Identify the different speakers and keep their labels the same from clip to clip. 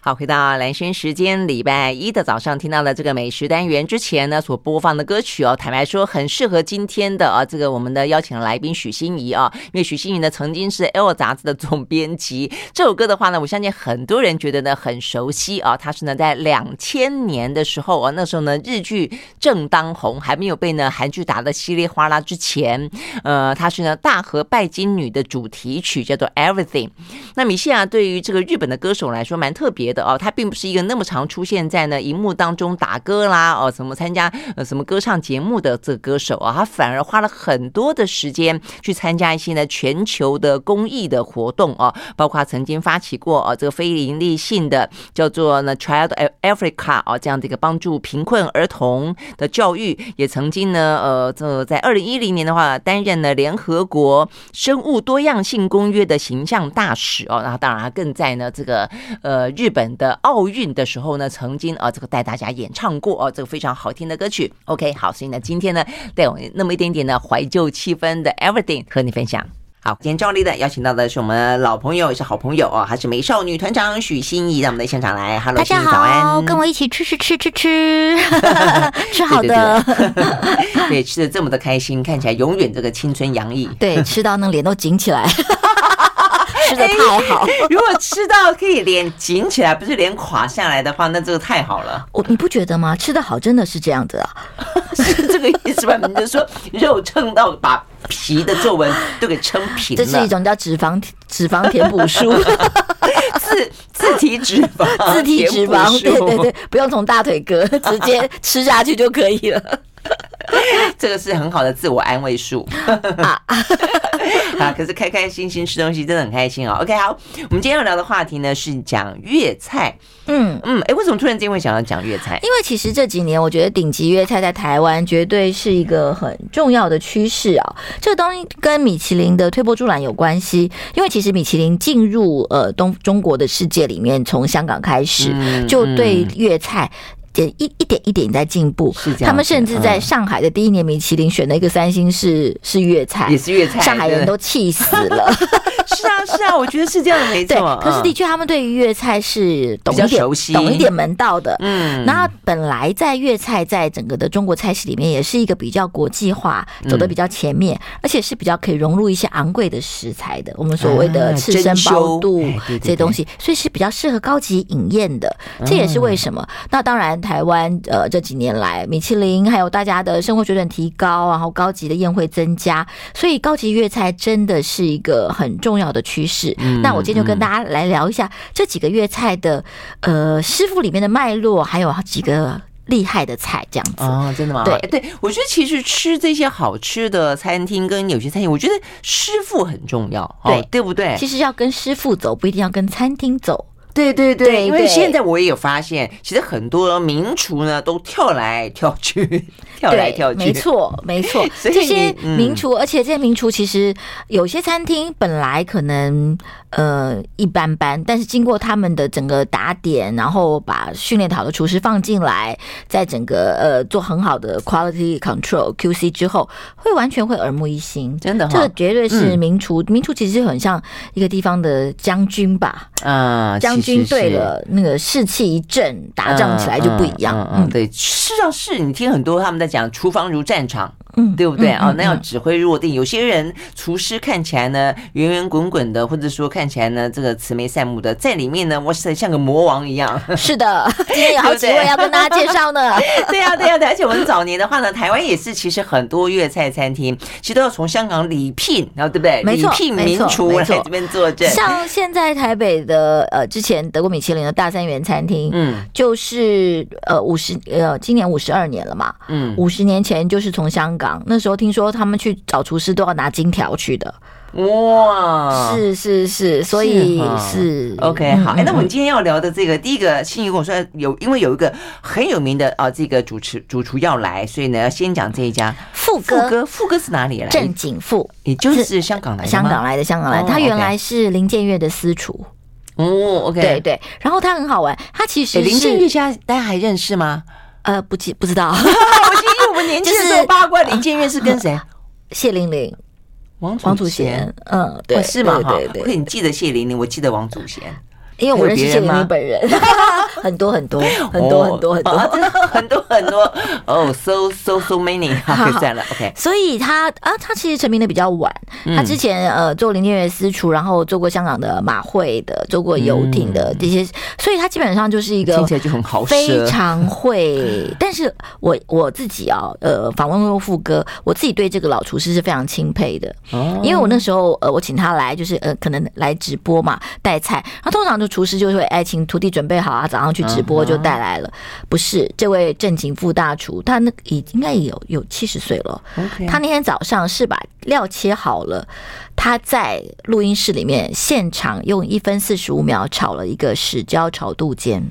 Speaker 1: 好，回到蓝轩时间，礼拜一的早上听到了这个美食单元之前呢，所播放的歌曲哦，坦白说很适合今天的啊，这个我们的邀请来宾许欣怡啊，因为许欣怡呢曾经是《L》杂志的总编辑，这首歌的话呢，我相信很多人觉得呢很熟悉啊，它是呢在两千年的时候啊，那时候呢日剧正当红，还没有被呢韩剧打得稀里哗啦之前，呃，它是呢大和拜金女的主题曲，叫做《Everything》。那米西亚对于这个日本的歌手来说蛮特别的哦，他并不是一个那么常出现在呢荧幕当中打歌啦哦，什么参加呃什么歌唱节目的这个歌手啊，他反而花了很多的时间去参加一些呢全球的公益的活动哦，包括曾经发起过哦这个非营利性的叫做呢 Child Africa 哦这样的一个帮助贫困儿童的教育，也曾经呢呃这在二零一零年的话担任了联合国生物多样性公约的形象大使。哦，那当然他更在呢这个呃日本的奥运的时候呢，曾经啊、呃、这个带大家演唱过哦、呃、这个非常好听的歌曲。OK，好，所以呢今天呢带有那么一点点的怀旧气氛的 Everything 和你分享。好，今天照例的邀请到的是我们老朋友，也是好朋友哦，还是美少女团长许欣怡，让我们的现场来，Hello，
Speaker 2: 大家
Speaker 1: 欣怡早
Speaker 2: 好，
Speaker 1: 安，
Speaker 2: 跟我一起吃吃吃吃吃， 吃好
Speaker 1: 对
Speaker 2: 的，
Speaker 1: 对 对对，吃的这么的开心，看起来永远这个青春洋 溢。
Speaker 2: 对，吃到那脸都紧起 来，吃的太好。
Speaker 1: 如果吃到可以脸紧起来，不是脸垮下来的话，那这个太好了。
Speaker 2: 我你不觉得吗？吃的好真的是这样子啊，
Speaker 1: 是这个意思吧？你就说肉撑到把皮的皱纹都给撑平
Speaker 2: 这是一
Speaker 1: 了，
Speaker 2: 种叫脂肪脂肪填补 术，
Speaker 1: 自自体脂肪，
Speaker 2: 自体脂肪，
Speaker 1: 填
Speaker 2: 对
Speaker 1: 补
Speaker 2: 对
Speaker 1: 术
Speaker 2: 对，，不用从大腿割，直接吃下去就可以了。
Speaker 1: 这个是很好的自我安慰术
Speaker 2: 啊
Speaker 1: 啊。可是开开心心吃东西真的很开心哦。OK，好，我们今天要聊的话题呢是讲粤菜。
Speaker 2: 嗯。
Speaker 1: 嗯，哎，为什么突然间会想要讲粤菜？
Speaker 2: 因为其实这几年，我觉得顶级粤菜在台湾绝对是一个很重要的趋势啊。这个东西跟米其林的推波助澜有关系，因为其实米其林进入呃东中国的世界里面，从香港开始
Speaker 1: 嗯
Speaker 2: 就对
Speaker 1: 嗯
Speaker 2: 粤菜。也一一点一点在进步
Speaker 1: 是这样子，
Speaker 2: 他们甚至在上海的第一年米其林选了一个三星是是粤菜
Speaker 1: 也，是粤菜，
Speaker 2: 上海人
Speaker 1: 对
Speaker 2: 都气死了。
Speaker 1: 是啊是啊，我觉得是这 样的， 没
Speaker 2: 对
Speaker 1: 错。，
Speaker 2: 可是
Speaker 1: 嗯
Speaker 2: 的确他们对于粤菜是懂
Speaker 1: 比较
Speaker 2: 一点
Speaker 1: 熟悉
Speaker 2: 懂一点门道的，
Speaker 1: 嗯，
Speaker 2: 那本来在粤菜在整个的中国菜系里面，也是一个比较国际化，
Speaker 1: 嗯
Speaker 2: 走的比较前面，而且是比较可以融入一些昂贵的食材的。我们所谓
Speaker 1: 啊
Speaker 2: 的刺身
Speaker 1: 珍馐
Speaker 2: 包肚、
Speaker 1: 哎对对嗯
Speaker 2: 这些东西，所以是比较适合高级饮宴的。这也是为什么。那当然，台湾呃这几年来，米其林还有大家的生活水准提高，然后高级的宴会增加，所以高级粤菜真的是一个很重要的趋势。
Speaker 1: 嗯
Speaker 2: 那我今天就跟大家来聊一下这几个粤菜的呃师傅里面的脉络，还有几个厉害的菜这样子。
Speaker 1: 哦，真的吗？
Speaker 2: 对
Speaker 1: 哎对，我觉得其实吃这些好吃的餐厅跟有些餐厅，我觉得师傅很重要，哦
Speaker 2: 对，
Speaker 1: 对不对？
Speaker 2: 其实要跟师傅走，不一定要跟餐厅走。
Speaker 1: 对对
Speaker 2: 对
Speaker 1: 因为
Speaker 2: 对
Speaker 1: 现在我也有发现，其实很多名厨呢都跳来跳去， 跳来跳去，
Speaker 2: 没错，没错
Speaker 1: 。所以
Speaker 2: 这些
Speaker 1: 你嗯
Speaker 2: 名厨，而且这些名厨其实有些餐厅本来可能呃一般般，但是经过他们的整个打点，然后把训练好的厨师放进来，在整个呃做很好的 quality control QC 之后，会完全会耳目一新。
Speaker 1: 真的
Speaker 2: 这
Speaker 1: 哈
Speaker 2: 个，绝对是
Speaker 1: 嗯
Speaker 2: 名厨，名厨其实很像一个地方的将军吧，
Speaker 1: 啊，
Speaker 2: 将军
Speaker 1: 其实是
Speaker 2: 对了，那个士气一振，打仗起来就不一样。
Speaker 1: 嗯，嗯嗯对，事实上是你听很多他们在讲“厨房如战场”。
Speaker 2: 嗯
Speaker 1: 对不对
Speaker 2: 嗯
Speaker 1: 啊、
Speaker 2: 嗯
Speaker 1: 那要
Speaker 2: 嗯
Speaker 1: 指挥若定。有些人厨师看起来呢圆圆滚滚的，或者说看起来呢这个慈眉善目的，在里面呢，哇塞，像个魔王一 样。
Speaker 2: 是的，今天有好几
Speaker 1: 对不
Speaker 2: 位
Speaker 1: 对
Speaker 2: 要跟大家介绍呢。
Speaker 1: 对呀、对呀、啊对、而且我们早年的话呢，台湾也是，其实很多粤菜餐厅其实都要从香港礼聘，然后对不对？
Speaker 2: 没
Speaker 1: 礼
Speaker 2: 错
Speaker 1: 聘
Speaker 2: 没
Speaker 1: 名
Speaker 2: 错
Speaker 1: 厨
Speaker 2: 没
Speaker 1: 来
Speaker 2: 错
Speaker 1: 这边坐 镇。
Speaker 2: 像现在台北的呃，之前德国米其林的大三元餐厅，
Speaker 1: 嗯
Speaker 2: 就是呃五十呃，今年五十二年了嘛，
Speaker 1: 嗯，
Speaker 2: 五十年前就是从香港，那时候听说他们去找厨师都要拿金条去的，
Speaker 1: 哇，
Speaker 2: 是嗯是是，所以
Speaker 1: 哦哈
Speaker 2: 是
Speaker 1: OK 好。哎、那我们
Speaker 2: 们
Speaker 1: 今天要聊的这个第一个，心怡跟我说有，因为有一个很有名的啊，这个主持主厨要来，所以呢要先讲这一家。
Speaker 2: 副
Speaker 1: 副
Speaker 2: 歌
Speaker 1: 歌副歌是哪里来？
Speaker 2: 正经副，
Speaker 1: 也就是香港来的吗
Speaker 2: 香港来的香港来的，
Speaker 1: 哦
Speaker 2: 他原
Speaker 1: OK
Speaker 2: 来是林建岳的私厨，
Speaker 1: 哦，OK。
Speaker 2: 对对，然后他很好玩，他其
Speaker 1: 哎
Speaker 2: 实
Speaker 1: 林建岳
Speaker 2: 是
Speaker 1: 现在大家还认识 吗？
Speaker 2: 呃不记不知道
Speaker 1: 我记得我们年轻的时候
Speaker 2: 就是
Speaker 1: 八卦林建岳是跟谁？
Speaker 2: 谢玲玲
Speaker 1: 啊王祖
Speaker 2: 王祖
Speaker 1: 贤
Speaker 2: 贤，嗯对
Speaker 1: 哦是吗？哈
Speaker 2: 对对，对
Speaker 1: 可你记得谢玲玲，我记得王祖贤。
Speaker 2: 因为我认识谢
Speaker 1: 还有别人吗
Speaker 2: 玲玲本人， 很多很多很多很多很
Speaker 1: 哦啊
Speaker 2: 多。
Speaker 1: 真的很多很多哦，so so so many，好，算了，OK，
Speaker 2: 所以他啊，他其实成名的比较晚。
Speaker 1: 嗯
Speaker 2: 他之前呃做林建元私厨，然后做过香港的马会的，做过游艇的这些，所以他基本上就是一个
Speaker 1: 嗯听起来就很豪
Speaker 2: 非
Speaker 1: 奢，
Speaker 2: 常会，但是我我自己啊，呃，访问过富哥，我自己对这个老厨师是非常钦佩的，
Speaker 1: 哦
Speaker 2: 因为我那时候呃，我请他来就是呃，可能来直播嘛，带菜，他通常就厨师就会哎，请徒弟准备好啊，早上去直
Speaker 1: 嗯
Speaker 2: 播就带来了，不是这位正经副大厨，他那已应该也有有七十岁了，
Speaker 1: OK
Speaker 2: 他那天早上是把料切好了，他在录音室里面现场用一分四十五秒炒了一个豉椒炒肚尖。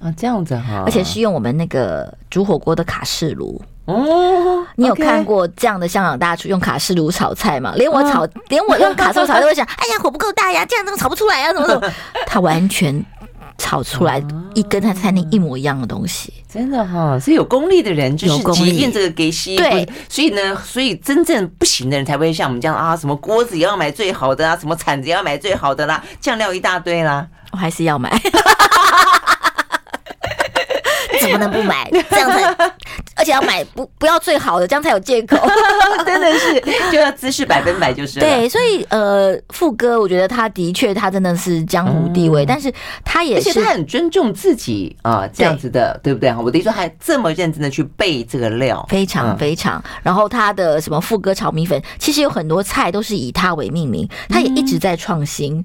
Speaker 1: 啊这样子哈，
Speaker 2: 而且是用我们那个煮火锅的卡式炉。
Speaker 1: 哦，
Speaker 2: 你有
Speaker 1: OK
Speaker 2: 看？过这样的香港大厨用卡式炉炒菜吗？连我炒， 连我用卡式炉炒菜都会想，哎呀，火不够大呀，这样怎么炒不出来呀、怎么怎么？他完全炒出来一跟他餐厅一模一样的东西。
Speaker 1: 真的哈、所以有功力的人就
Speaker 2: 有
Speaker 1: 是
Speaker 2: 功力
Speaker 1: 即便这个给西，
Speaker 2: 对
Speaker 1: 或者，所以呢，所以真正不行的人才会像我们这样啊，什么锅子也要买最好的啊，什么铲子也要买最好的啦，酱料一大堆啦，
Speaker 2: 我还是要买。 怎么能不 买？这样才，而且要买不不要最好的，这样才有借 口。
Speaker 1: 真的是就要姿势百分百就是了。
Speaker 2: 哦对，所以呃，副歌我觉得他的确，他真的是江湖地位，但是嗯他也
Speaker 1: 而且
Speaker 2: 是
Speaker 1: 他很尊重自己啊、这样子的，对不对？我的意思说，还这么认真的去备这个料，
Speaker 2: 非
Speaker 1: 嗯
Speaker 2: 常非常。然后他的什么副歌炒米粉，其实有很多菜都是以他为命名，他也一直在创新。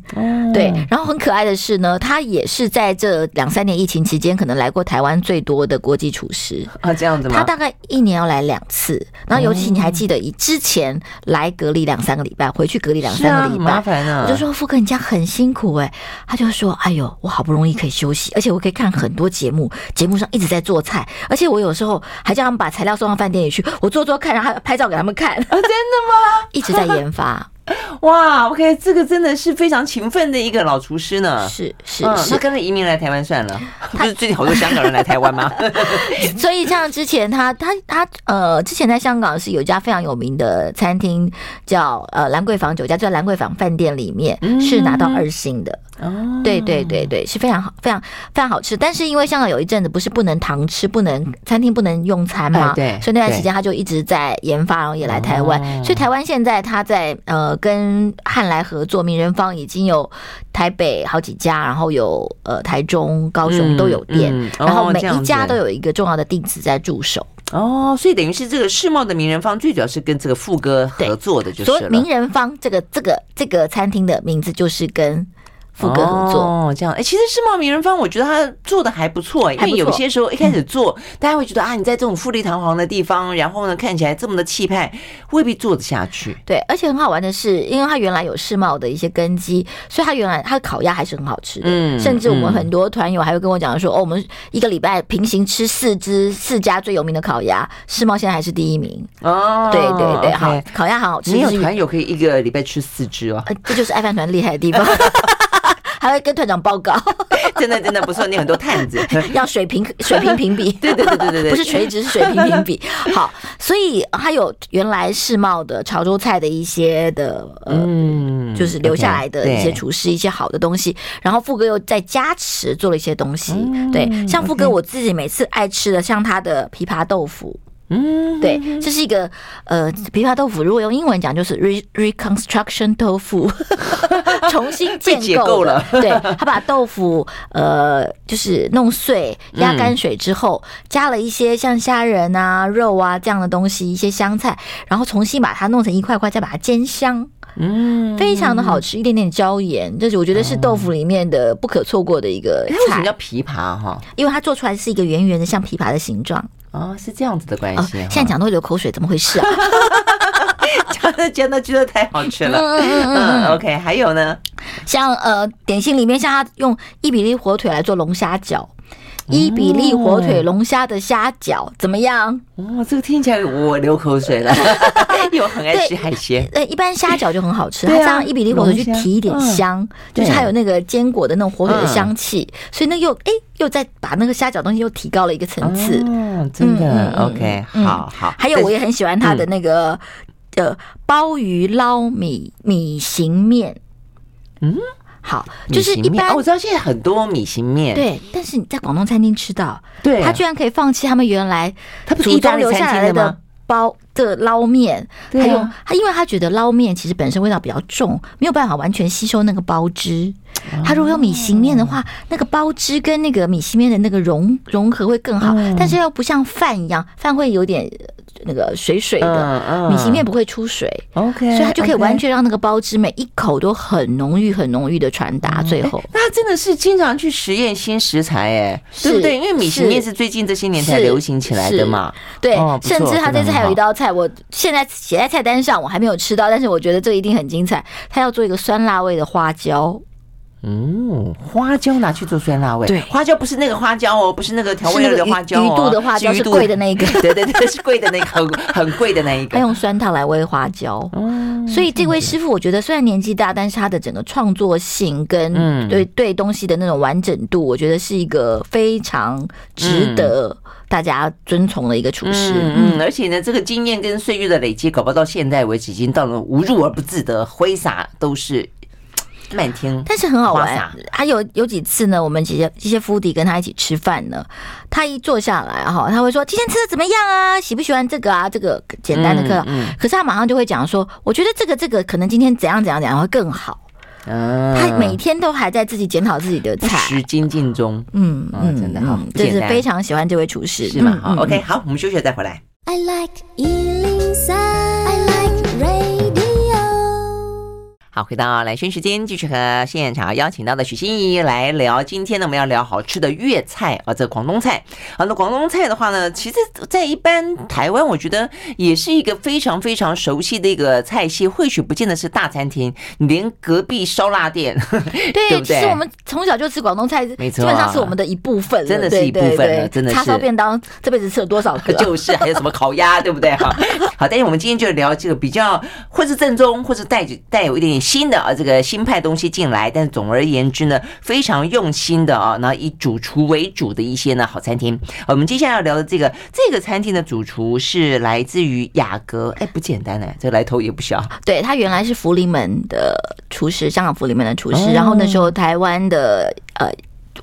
Speaker 2: 对，然后很可爱的是呢，他也是在这两三年疫情期间，可能来过台湾最多的国际厨师。
Speaker 1: 啊，这样子
Speaker 2: 他
Speaker 1: 吗？
Speaker 2: 大概一年要来两次，然后尤其你还记得，以之前来隔离两三个礼拜，回去隔离两
Speaker 1: 是啊，
Speaker 2: 三个
Speaker 1: 很
Speaker 2: 礼
Speaker 1: 麻
Speaker 2: 拜，
Speaker 1: 烦啊。
Speaker 2: 我就说富哥，你这样很辛苦哎、他就说，哎呦，我好不容易可以休息，而且我可以看很多节目，节目上一直在做菜，而且我有时候还叫他们把材料送到饭店里去，我做做看，然后还拍照给他们看，
Speaker 1: 啊，真的
Speaker 2: 一直在 研发，
Speaker 1: 吗？哇，OK，这个真的是非常勤奋的一个老厨师呢。
Speaker 2: 是是
Speaker 1: 嗯，那
Speaker 2: 是，
Speaker 1: 跟着移民来台湾算了，不是最近好多香港人来台湾吗？
Speaker 2: 所以像之前他他他呃，之前在香港是有一家非常有名的餐厅叫呃兰桂坊酒家，就在兰桂坊饭店里面是拿
Speaker 1: 嗯
Speaker 2: 到二星的，
Speaker 1: 哦，
Speaker 2: 对对对对，是非常好，非常非常好吃。但是因为香港有一阵子不是不能堂吃，不能餐厅不能用餐嘛，
Speaker 1: 哎对
Speaker 2: 所以那段
Speaker 1: 对
Speaker 2: 时间他就一直在研发，然后也来台湾。
Speaker 1: 哦
Speaker 2: 所以台湾现在他在呃跟汉来合作，名人坊已经有台北好几家，然后有呃台中、高雄都有店。
Speaker 1: 嗯嗯
Speaker 2: 然后
Speaker 1: 哦
Speaker 2: 每
Speaker 1: 这样
Speaker 2: 一
Speaker 1: 子
Speaker 2: 家都有一个重要的弟子在驻守，
Speaker 1: 哦，所以等于是这个世贸的名人坊最主要是跟这个副歌合作的，就是
Speaker 2: 所以
Speaker 1: 了。
Speaker 2: 名人坊这个这个这个餐厅的名字就是跟富哥合作。
Speaker 1: 哦，这样。哎、其实世贸名人坊，我觉得他做的还不错、因
Speaker 2: 还
Speaker 1: 为
Speaker 2: 不错
Speaker 1: 有些时候一开始做，大家会觉得啊，你在这种富丽堂皇的地方，然后呢看起来这么的气派，未必做得下去。
Speaker 2: 对，而且很好玩的是，因为它原来有世贸的一些根基，所以它原来它的烤鸭还是很好吃的。
Speaker 1: 嗯
Speaker 2: 甚至我们
Speaker 1: 嗯
Speaker 2: 很多团友还会跟我讲说，哦，我们一个礼拜平行吃四只四家最有名的烤鸭，世贸现在还是第一名。
Speaker 1: 哦，
Speaker 2: 对对对，
Speaker 1: OK
Speaker 2: 好，烤鸭很好吃。
Speaker 1: 你有
Speaker 2: 就是
Speaker 1: 团友可以一个礼拜吃四只哦，
Speaker 2: 呃这就是爱饭团厉害的地方， 还会跟团长报告
Speaker 1: 真的真的不错，你很多探子。
Speaker 2: 要水平水平评比。
Speaker 1: 对对对对对对，
Speaker 2: 不是垂直，是水 平评比。好，所以还有原来世贸的潮州菜的一些的呃
Speaker 1: 嗯
Speaker 2: 就是留下来的一些
Speaker 1: OK，对
Speaker 2: 厨师、一些好的东西，然后富哥又在加持做了一些东西，
Speaker 1: 嗯
Speaker 2: 对，像富哥我自己每次爱吃的，像他的琵琶豆腐，
Speaker 1: 嗯，
Speaker 2: 对，这是一个呃琵琶豆腐，如果用英文讲就是 re reconstruction 豆腐， 重新建
Speaker 1: 被解构
Speaker 2: 构的
Speaker 1: 了
Speaker 2: 对他把豆腐呃就是弄碎、
Speaker 1: 嗯
Speaker 2: 压干水之后，加了一些像虾仁啊、肉啊这样的东西，一些香菜，然后重新把它弄成一块块，再把它煎香。
Speaker 1: 嗯。哦
Speaker 2: 非常的好吃，一点点椒盐，这是我觉得是豆腐里面的不可错过的一个
Speaker 1: 哎，为什么
Speaker 2: 菜
Speaker 1: 叫，琵琶哈？
Speaker 2: 因为它做出来是一个圆圆的像琵琶的形状
Speaker 1: 哦，是这样子的关
Speaker 2: 哦。
Speaker 1: 系哈。
Speaker 2: 现在讲都会流口水，怎么回事啊？
Speaker 1: 讲真的 觉得太好吃了。
Speaker 2: 嗯嗯嗯
Speaker 1: 嗯，OK，还有呢？
Speaker 2: 像呃点心里面，像它用伊比利火腿来做龙虾饺，伊比利火腿龙虾的虾饺怎么样？
Speaker 1: 哦，这个听起来我流口水 了，因为我很爱吃海鲜。
Speaker 2: 呃，一般虾饺就很好吃，它
Speaker 1: 对啊
Speaker 2: 这样伊比利火腿去
Speaker 1: 龙虾嗯
Speaker 2: 提一点香，就是
Speaker 1: 对嗯
Speaker 2: 还有那个坚果的那种火腿的香气，所以那又哎又再把那个虾饺东西又提高了一个层次。
Speaker 1: 哦，真的
Speaker 2: 嗯嗯嗯
Speaker 1: OK，
Speaker 2: 嗯
Speaker 1: 好好。
Speaker 2: 还有我也很喜欢它
Speaker 1: 嗯
Speaker 2: 的那个呃鲍鱼捞米米形面，
Speaker 1: 嗯，
Speaker 2: 好，就是
Speaker 1: 米
Speaker 2: 一
Speaker 1: 其面
Speaker 2: 般
Speaker 1: 哦，我知道现在很多米其面，，
Speaker 2: 对，但是你在广东餐厅吃到，
Speaker 1: 对啊
Speaker 2: 他居然可以放弃他们原来
Speaker 1: 它不是
Speaker 2: 祖
Speaker 1: 意大
Speaker 2: 宗
Speaker 1: 利
Speaker 2: 留下
Speaker 1: 餐
Speaker 2: 来
Speaker 1: 厅的吗
Speaker 2: 的？包的捞面，
Speaker 1: 对啊
Speaker 2: 还有他，因为他觉得捞面其实本身味道比较重，没有办法完全吸收那个包汁。他如果用米其面的
Speaker 1: 哦
Speaker 2: 话，那个包汁跟那个米其面的那个融融合会更好，
Speaker 1: 哦
Speaker 2: 但是又不像饭一样，饭会有点呃那个水水的，
Speaker 1: 嗯
Speaker 2: 米其面不会出水。
Speaker 1: OK，
Speaker 2: 所以它就可以
Speaker 1: OK
Speaker 2: 完。全让那个包汁每一口都很浓郁、很浓郁的传
Speaker 1: 嗯
Speaker 2: 达。最后，
Speaker 1: 那他真的是经常去实验新食材，哎，
Speaker 2: 是
Speaker 1: 对不对？因为米其面
Speaker 2: 是
Speaker 1: 是最近这些年才
Speaker 2: 是
Speaker 1: 流行起来的嘛。
Speaker 2: 对
Speaker 1: 哦，不错
Speaker 2: 甚至他这
Speaker 1: 真
Speaker 2: 次
Speaker 1: 的很
Speaker 2: 还有
Speaker 1: 好
Speaker 2: 一道菜，我现在写在菜单上，我还没有吃到，但是我觉得这一定很精彩。他要做一个酸辣味的花椒，
Speaker 1: 嗯，花椒拿去做酸辣味，
Speaker 2: 对
Speaker 1: 花椒不是那个花椒哦，不是那个调
Speaker 2: 是
Speaker 1: 味
Speaker 2: 那
Speaker 1: 料
Speaker 2: 个
Speaker 1: 的
Speaker 2: 鱼
Speaker 1: 花椒
Speaker 2: 鱼
Speaker 1: 哦，
Speaker 2: 肚的花椒，
Speaker 1: 鱼
Speaker 2: 是
Speaker 1: 肚
Speaker 2: 贵的那一个。 哎
Speaker 1: 对对对，是贵的那个，很很贵的那一
Speaker 2: 他
Speaker 1: 个。
Speaker 2: 用酸汤来煨花椒，
Speaker 1: 嗯
Speaker 2: 所以这位师傅我觉得虽然年纪大，但是他的整个创作性跟
Speaker 1: 嗯
Speaker 2: 对对东西的那种完整度，我觉得是一个非常值得大家遵从的一个厨师。
Speaker 1: 嗯嗯嗯，而且呢，这个经验跟岁月的累积，搞不好到现在为止，已经到了无入而不自得，挥洒都是嘖漫天。
Speaker 2: 但是很好
Speaker 1: 花
Speaker 2: 玩
Speaker 1: 洒，
Speaker 2: 还有有几次呢，我们几些一些夫弟跟他一起吃饭呢，他一坐下来哈，他会说今天吃的怎么样啊？喜不喜欢这个啊？这个简单的课，
Speaker 1: 嗯
Speaker 2: 可是他马上就会讲说，我觉得这个这个可能今天怎样怎样怎样会更好。
Speaker 1: 嗯
Speaker 2: 他每天都还在自己检讨自己的
Speaker 1: 不
Speaker 2: 菜，
Speaker 1: 时精进中，
Speaker 2: 嗯
Speaker 1: 哦
Speaker 2: 嗯，
Speaker 1: 真的哈
Speaker 2: 嗯
Speaker 1: 不
Speaker 2: 这
Speaker 1: 简
Speaker 2: 是
Speaker 1: 单
Speaker 2: 非常喜欢这位厨师，
Speaker 1: 是吗？好
Speaker 2: 嗯嗯
Speaker 1: ，OK，好，我们休息了再回来。
Speaker 3: I like Ealing Sound. I like radio.
Speaker 1: 好，回到蓝轩时间，继续和现场邀请到的许心怡来聊。今天呢，我们要聊好吃的粤菜啊，这广东菜。好，那广东菜的话呢，其实，在一般台湾，我觉得也是一个非常非常熟悉的一个菜系，或许不见得是大餐厅，你连隔壁烧腊店， 对
Speaker 2: 对，
Speaker 1: 不
Speaker 2: 其
Speaker 1: 对
Speaker 2: 实我们从小就吃广东菜，基
Speaker 1: 没
Speaker 2: 本
Speaker 1: 错啊
Speaker 2: 上是我们的一部分了，
Speaker 1: 真的是
Speaker 2: 对
Speaker 1: 一部分了
Speaker 2: 对对
Speaker 1: 真的是？
Speaker 2: 叉烧便当这辈子吃了多少个
Speaker 1: 就是还有什么烤鸭，对不对？ 哈，好，但是我们今天就聊这个比较，或是正宗，或是带着带有一点点新的啊，这个新派东西进来。但总而言之呢，非常用心的啊，然后以主厨为主的一些呢好餐厅。好我们接下来要聊的这个这个餐厅的主厨是来自于雅阁，哎，不简单哎，这个来头也不 小。
Speaker 2: 对他原来是福临门的厨师，香港福临门的厨师。
Speaker 1: 哦
Speaker 2: 然后那时候台湾的呃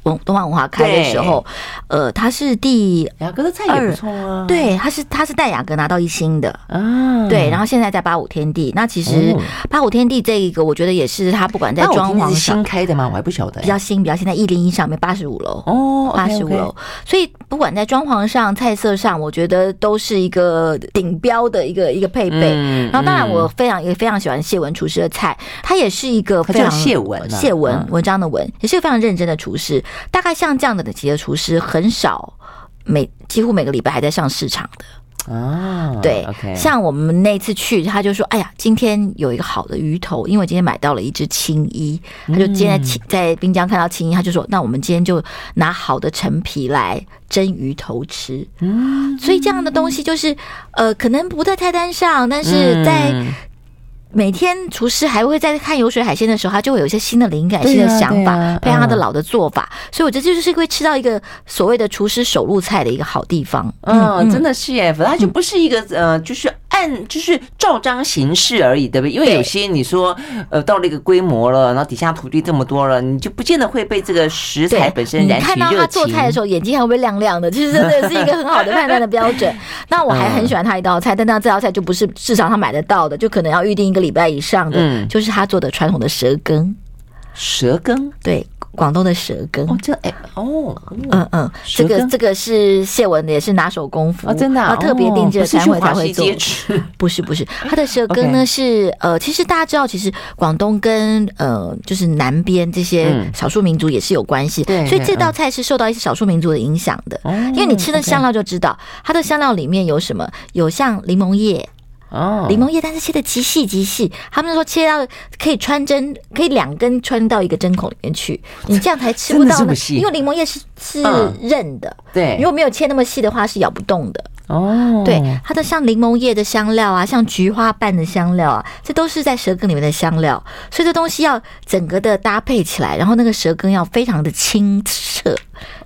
Speaker 2: 文东方文化开的时候，呃，他是第
Speaker 1: 雅阁的菜也不错啊，
Speaker 2: 对，他是他是带雅阁拿到一星的。
Speaker 1: 啊，
Speaker 2: 对，然后现在在八五天地，那其实
Speaker 1: 哦
Speaker 2: 八五天地这一个，我觉得也是他不管在
Speaker 1: 那我
Speaker 2: 装
Speaker 1: 听的
Speaker 2: 潢
Speaker 1: 是
Speaker 2: 上
Speaker 1: 新开的吗？我还不晓得哎。
Speaker 2: 比较新，比较新在一零一上面八十五楼，
Speaker 1: 哦，
Speaker 2: 八十五楼，所以不管在装潢上、菜色上，我觉得都是一个顶标的一个一个配备。
Speaker 1: 嗯
Speaker 2: 然后，当然
Speaker 1: 嗯
Speaker 2: 我非常也非常喜欢谢文厨师的菜，他也是一个
Speaker 1: 他
Speaker 2: 非常
Speaker 1: 叫谢文啊
Speaker 2: 谢文
Speaker 1: 嗯
Speaker 2: 文章的文，也是个非常认真的厨师。大概像这样的等级的厨师很少。每几乎每个礼拜还在上市场的，
Speaker 1: 啊，
Speaker 2: 对
Speaker 1: OK，
Speaker 2: 像我们那次去，他就说：“哎呀，今天有一个好的鱼头，因为我今天买到了一只青衣，
Speaker 1: 嗯
Speaker 2: 他就今天在青在滨江看到青衣，他就说：那我们今天就拿好的陈皮来蒸鱼头吃。
Speaker 1: 嗯
Speaker 2: 所以这样的东西就是，呃，可能不在菜单上，但是在
Speaker 1: 嗯
Speaker 2: 每天厨师还会在看油水海鲜的时候，他就会有一些新的灵感、
Speaker 1: 对啊
Speaker 2: 新的想
Speaker 1: 对啊
Speaker 2: 法，配上他的
Speaker 1: 嗯
Speaker 2: 老的做法，所以我觉得这就是会吃到一个所谓的厨师手入菜的一个好地方。
Speaker 1: 嗯，真的是耶，反正它就不是一个
Speaker 2: 嗯
Speaker 1: 呃，就是按就是照章行事而已，对不对？因为
Speaker 2: 对
Speaker 1: 有些你说呃到了一个规模了，然后底下土地这么多了，你就不见得会被这个食材
Speaker 2: 对，
Speaker 1: 本身燃
Speaker 2: 你
Speaker 1: 起
Speaker 2: 看到
Speaker 1: 热
Speaker 2: 他做菜的时
Speaker 1: 情。
Speaker 2: 候，眼睛还会不会亮亮的？其实真的是一个很好的判断的标 准。那我还很喜欢他一道菜，但那这道菜就不是市场上买得到的，就可能要预定一个礼拜以上的。
Speaker 1: 嗯
Speaker 2: 就是他做的传统的蛇羹，
Speaker 1: 舌根
Speaker 2: 对，广东的蛇羹。
Speaker 1: 哦，这哎哦，
Speaker 2: 嗯嗯，这
Speaker 1: 蛇
Speaker 2: 个
Speaker 1: 羹
Speaker 2: 这个是谢文的，也是拿手功夫
Speaker 1: 哦，真的啊、
Speaker 2: 要特别定制
Speaker 1: 哦不
Speaker 2: 的
Speaker 1: 是
Speaker 2: 餐
Speaker 1: 去
Speaker 2: 会才
Speaker 1: 华
Speaker 2: 会
Speaker 1: 西
Speaker 2: 做。
Speaker 1: 街吃，
Speaker 2: 不是不是，它的蛇羹
Speaker 1: 哎 OK
Speaker 2: 呢是呃，其实大家知道，其实广东跟呃就是南边这些
Speaker 1: 嗯
Speaker 2: 少数民族也是有关系，
Speaker 1: 对
Speaker 2: 所以
Speaker 1: 对
Speaker 2: 这道菜是受到一些少数民族的影响的。
Speaker 1: 哦
Speaker 2: 因为你吃那香料就知道，它的香料里面有什么？有像柠檬叶，
Speaker 1: 哦，
Speaker 2: 柠檬叶，但是切的极细极细。他们说切到可以穿针，可以两根穿到一个针孔里面去，你这样才吃不
Speaker 1: 真的
Speaker 2: 到
Speaker 1: 这
Speaker 2: 那
Speaker 1: 么。细
Speaker 2: 因为柠檬叶是是
Speaker 1: 嗯
Speaker 2: 韧的，如
Speaker 1: 对
Speaker 2: 果没有切那么细的话是咬不动的。
Speaker 1: 哦，
Speaker 2: 对，它的像柠檬叶的香料啊，像菊花瓣的香料啊，这都是在蛇羹里面的香料，所以这东西要整个的搭配起来，然后那个蛇羹要非常的清澈，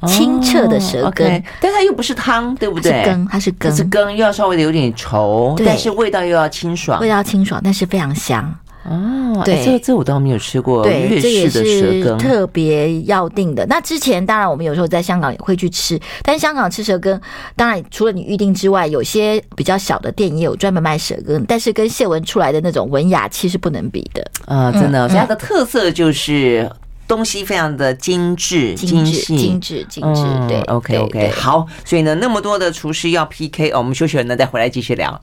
Speaker 2: 清澈的蛇羹、
Speaker 1: 哦，OK，但它又不是汤，对不
Speaker 2: 它是
Speaker 1: 对？
Speaker 2: 羹，它是
Speaker 1: 它
Speaker 2: 羹，
Speaker 1: 是羹，又要稍微的有点稠，
Speaker 2: 对
Speaker 1: 但是味道又要清爽
Speaker 2: 味。道清爽，但是非常香。
Speaker 1: 哦，哎
Speaker 2: 对
Speaker 1: 这个这我倒没有吃过
Speaker 2: 对，
Speaker 1: 粤
Speaker 2: 这也
Speaker 1: 式的
Speaker 2: 是
Speaker 1: 蛇羹，
Speaker 2: 特别要定的。那之前当然我们有时候在香港也会去吃，但香港吃蛇羹，当然除了你预定之外，有些比较小的店也有专门卖蛇羹，但是跟谢文出来的那种文雅气是不能比的。
Speaker 1: 啊，真
Speaker 2: 嗯
Speaker 1: 的，所以它的特色就是东西非常的精致、
Speaker 2: 精致、
Speaker 1: 细、
Speaker 2: 精致、精致，
Speaker 1: 嗯
Speaker 2: 对
Speaker 1: ，OK
Speaker 2: 对
Speaker 1: OK，
Speaker 2: 对
Speaker 1: 好，所以呢，那么多的厨师要 PK 哦，我们休息了呢，再回来继续聊。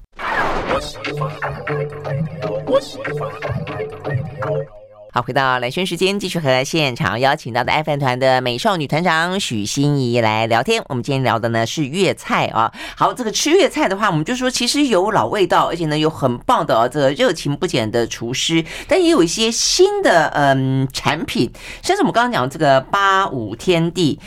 Speaker 1: 好，回到蓝轩时间，继续和现场邀请到的爱饭团的美少女团长许心怡来聊天。我们今天聊的呢是粤菜啊。好，这个吃粤菜的话，我们就说其实有老味道，而且呢有很棒的、哦、这个热情不减的厨师，但也有一些新的嗯产品，像是我们刚刚讲这个八五天地，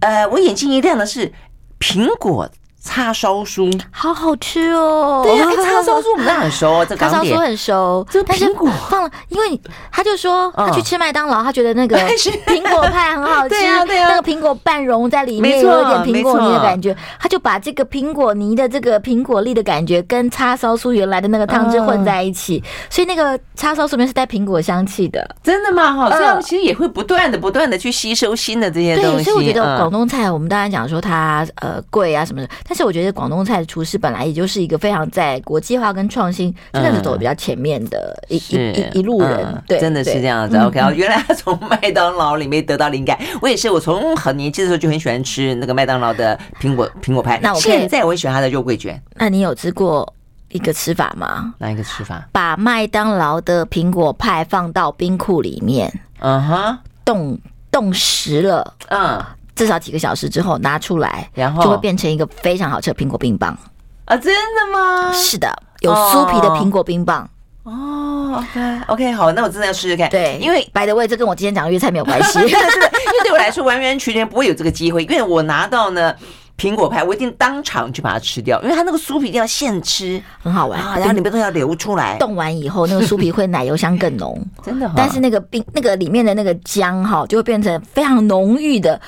Speaker 1: 呃，我眼睛一亮的是苹果叉烧酥。
Speaker 2: 好好吃哦。
Speaker 1: 对呀、哎叉烧 酥我们都很熟哦，这
Speaker 2: 叉
Speaker 1: 港
Speaker 2: 烧酥
Speaker 1: 点。
Speaker 2: 很熟
Speaker 1: 这，
Speaker 2: 但是
Speaker 1: 苹果
Speaker 2: 放了，因为他就说
Speaker 1: 嗯
Speaker 2: 他去吃麦当劳，他觉得那个
Speaker 1: 是
Speaker 2: 苹果派很好吃，
Speaker 1: 对啊对啊
Speaker 2: 那个苹果半融在里面，
Speaker 1: 没错
Speaker 2: 有一点苹果泥
Speaker 1: 没
Speaker 2: 的
Speaker 1: 错
Speaker 2: 感觉，他就把这个苹果泥的这个苹果粒的感觉跟叉烧酥原来的那个汤汁
Speaker 1: 嗯
Speaker 2: 混在一起，所以那个叉烧酥里面是带苹果香气的。
Speaker 1: 真的吗？哈，
Speaker 2: 嗯
Speaker 1: 所以他们其实也会不断的、不断的去吸收新的这些东西。
Speaker 2: 对，
Speaker 1: 嗯
Speaker 2: 所以我觉得广
Speaker 1: 东
Speaker 2: 东菜，我们当然讲说它呃贵啊什么的，但是我觉得广东菜的厨师本来也就是一个非常在国际化跟创新，真的是走得比较前面的一一一一路人，对，
Speaker 1: 嗯真的是
Speaker 2: 对嗯
Speaker 1: 这样子。OK，哦原来他从麦当劳里面得到灵感。我也是，我从很年轻的时候就很喜欢吃那个麦当劳的苹果苹果派。
Speaker 2: 那我可以
Speaker 1: 现在我也喜欢它的肉桂卷，
Speaker 2: 那你有吃过一个吃法吗？
Speaker 1: 哪一个吃法？
Speaker 2: 把麦当劳的苹果派放到冰库里面
Speaker 1: 嗯哼，
Speaker 2: 冻冻实了，
Speaker 1: 嗯，
Speaker 2: 至少几个小时之后拿出来，
Speaker 1: 然后
Speaker 2: 就会变成一个非常好吃的苹果冰棒。
Speaker 1: 啊，真的吗？
Speaker 2: 是的，有酥皮的苹果冰棒。
Speaker 1: 哦，OK OK，好，那我真的要试试看。
Speaker 2: 对，
Speaker 1: 因为
Speaker 2: 白的味，这跟我今天讲的粤菜没 有关系。
Speaker 1: 因为对我来说完完全全不会有这个机会，因为我拿到呢苹果派，我一定当场就把它吃掉，因为它那个酥皮一定要现吃
Speaker 2: 很好玩，
Speaker 1: 啊，
Speaker 2: 然
Speaker 1: 然后
Speaker 2: 后
Speaker 1: 里
Speaker 2: 你
Speaker 1: 面都要流出来，
Speaker 2: 冻完以后，那个酥皮会奶油香更 浓，
Speaker 1: 真的哈。
Speaker 2: 但是那个冰那个里面的那个浆哈，就会变成非常浓郁的，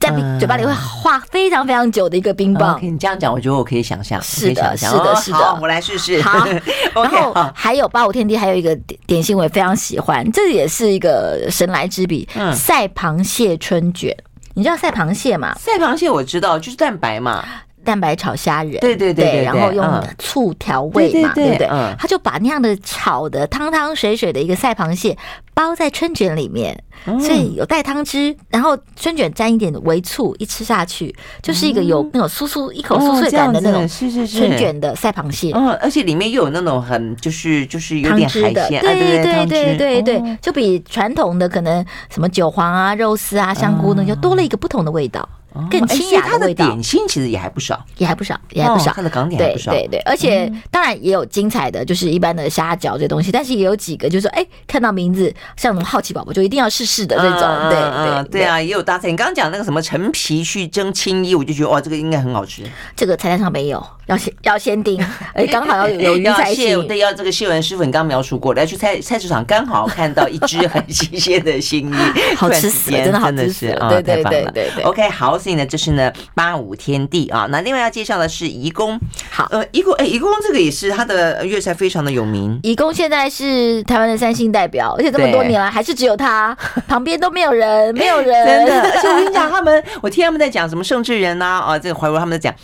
Speaker 2: 在冰
Speaker 1: 嗯
Speaker 2: 嘴巴里会化非常非常久的一个冰棒
Speaker 1: OK，。你这样讲，我觉得我哦可以想象，
Speaker 2: 是的
Speaker 1: 我可以想象
Speaker 2: 是的
Speaker 1: 哦
Speaker 2: 是的
Speaker 1: 好，我来试试。
Speaker 2: 好然
Speaker 1: ，OK，
Speaker 2: 后
Speaker 1: 好，
Speaker 2: 还有八五天地，还有一个点点心我也非常喜欢，这也是一个神来之笔
Speaker 1: 嗯，
Speaker 2: 赛螃蟹春卷。你知道赛螃蟹吗？
Speaker 1: 赛螃蟹我知道，就是蛋白嘛，
Speaker 2: 蛋白炒虾仁，
Speaker 1: 对对对对对
Speaker 2: 然后用
Speaker 1: 嗯
Speaker 2: 醋调味嘛，
Speaker 1: 对对对
Speaker 2: 对不对
Speaker 1: 嗯？
Speaker 2: 他就把那样的炒的汤汤水水的一个赛螃蟹包在春卷里面，
Speaker 1: 嗯
Speaker 2: 所以有带汤汁，然后春卷沾一点微醋，一吃下去就是一个有那种酥酥一口酥
Speaker 1: 嗯哦
Speaker 2: 脆
Speaker 1: 这
Speaker 2: 感
Speaker 1: 样
Speaker 2: 的那
Speaker 1: 子
Speaker 2: 种
Speaker 1: 是是是
Speaker 2: 春。卷的赛螃蟹。
Speaker 1: 嗯，而且里面又有那种很就是就是有
Speaker 2: 汤
Speaker 1: 点
Speaker 2: 汁
Speaker 1: 海
Speaker 2: 的，
Speaker 1: 鲜，啊
Speaker 2: 对
Speaker 1: 对
Speaker 2: 对
Speaker 1: 汤
Speaker 2: 对
Speaker 1: 汁
Speaker 2: 对对，
Speaker 1: 哦
Speaker 2: 就比传统的可能什么韭黄啊、肉丝啊、香菇呢，就多了一个不同的味道，更
Speaker 1: 哎
Speaker 2: 清
Speaker 1: 所以
Speaker 2: 雅
Speaker 1: 它
Speaker 2: 的
Speaker 1: 的
Speaker 2: 味道。
Speaker 1: 点心其实也还不少，
Speaker 2: 也还不少，也还不
Speaker 1: 哦
Speaker 2: 少，
Speaker 1: 它的港点还
Speaker 2: 对
Speaker 1: 不少嗯
Speaker 2: 对对，而且当然也有精彩的，就是一般的虾饺这东西，但是也有几个就是哎，看到名字像那种好奇宝宝就一定要试试的这种，
Speaker 1: 嗯嗯嗯
Speaker 2: 对对
Speaker 1: 对，啊，也有搭菜。你刚刚讲那个什么陈皮去蒸青衣，我就觉得哇，这个应该很好吃。
Speaker 2: 这个菜单上没有，要先要先 订，而且刚好要 有有鱼
Speaker 1: 要
Speaker 2: 才
Speaker 1: 蟹，
Speaker 2: 行。
Speaker 1: 对，要这个蟹文师傅，你刚刚描述过，来去菜菜市场刚好看到一只很新鲜的青衣，
Speaker 2: 好
Speaker 1: 突然
Speaker 2: 吃
Speaker 1: 之
Speaker 2: 死了
Speaker 1: 间
Speaker 2: 真的好
Speaker 1: 真的
Speaker 2: 吃
Speaker 1: 是
Speaker 2: 死了
Speaker 1: 啊，
Speaker 2: 对对
Speaker 1: 太棒
Speaker 2: 对
Speaker 1: 了
Speaker 2: 对对
Speaker 1: OK，好，所以呢，这是呢八五天地啊。那另外要介绍的是移工，
Speaker 2: 好
Speaker 1: 呃，移工，哎，移工这个也是它的粤菜非常的有名。
Speaker 2: 义工现在是台湾的三星代表，而且这么多
Speaker 1: 对
Speaker 2: 年来还是只有他，旁边都没有人，没有人，
Speaker 1: 真 的。而且我跟你讲，他们，我听他们在讲什么盛智人呐、啊，这个怀柔他们在讲。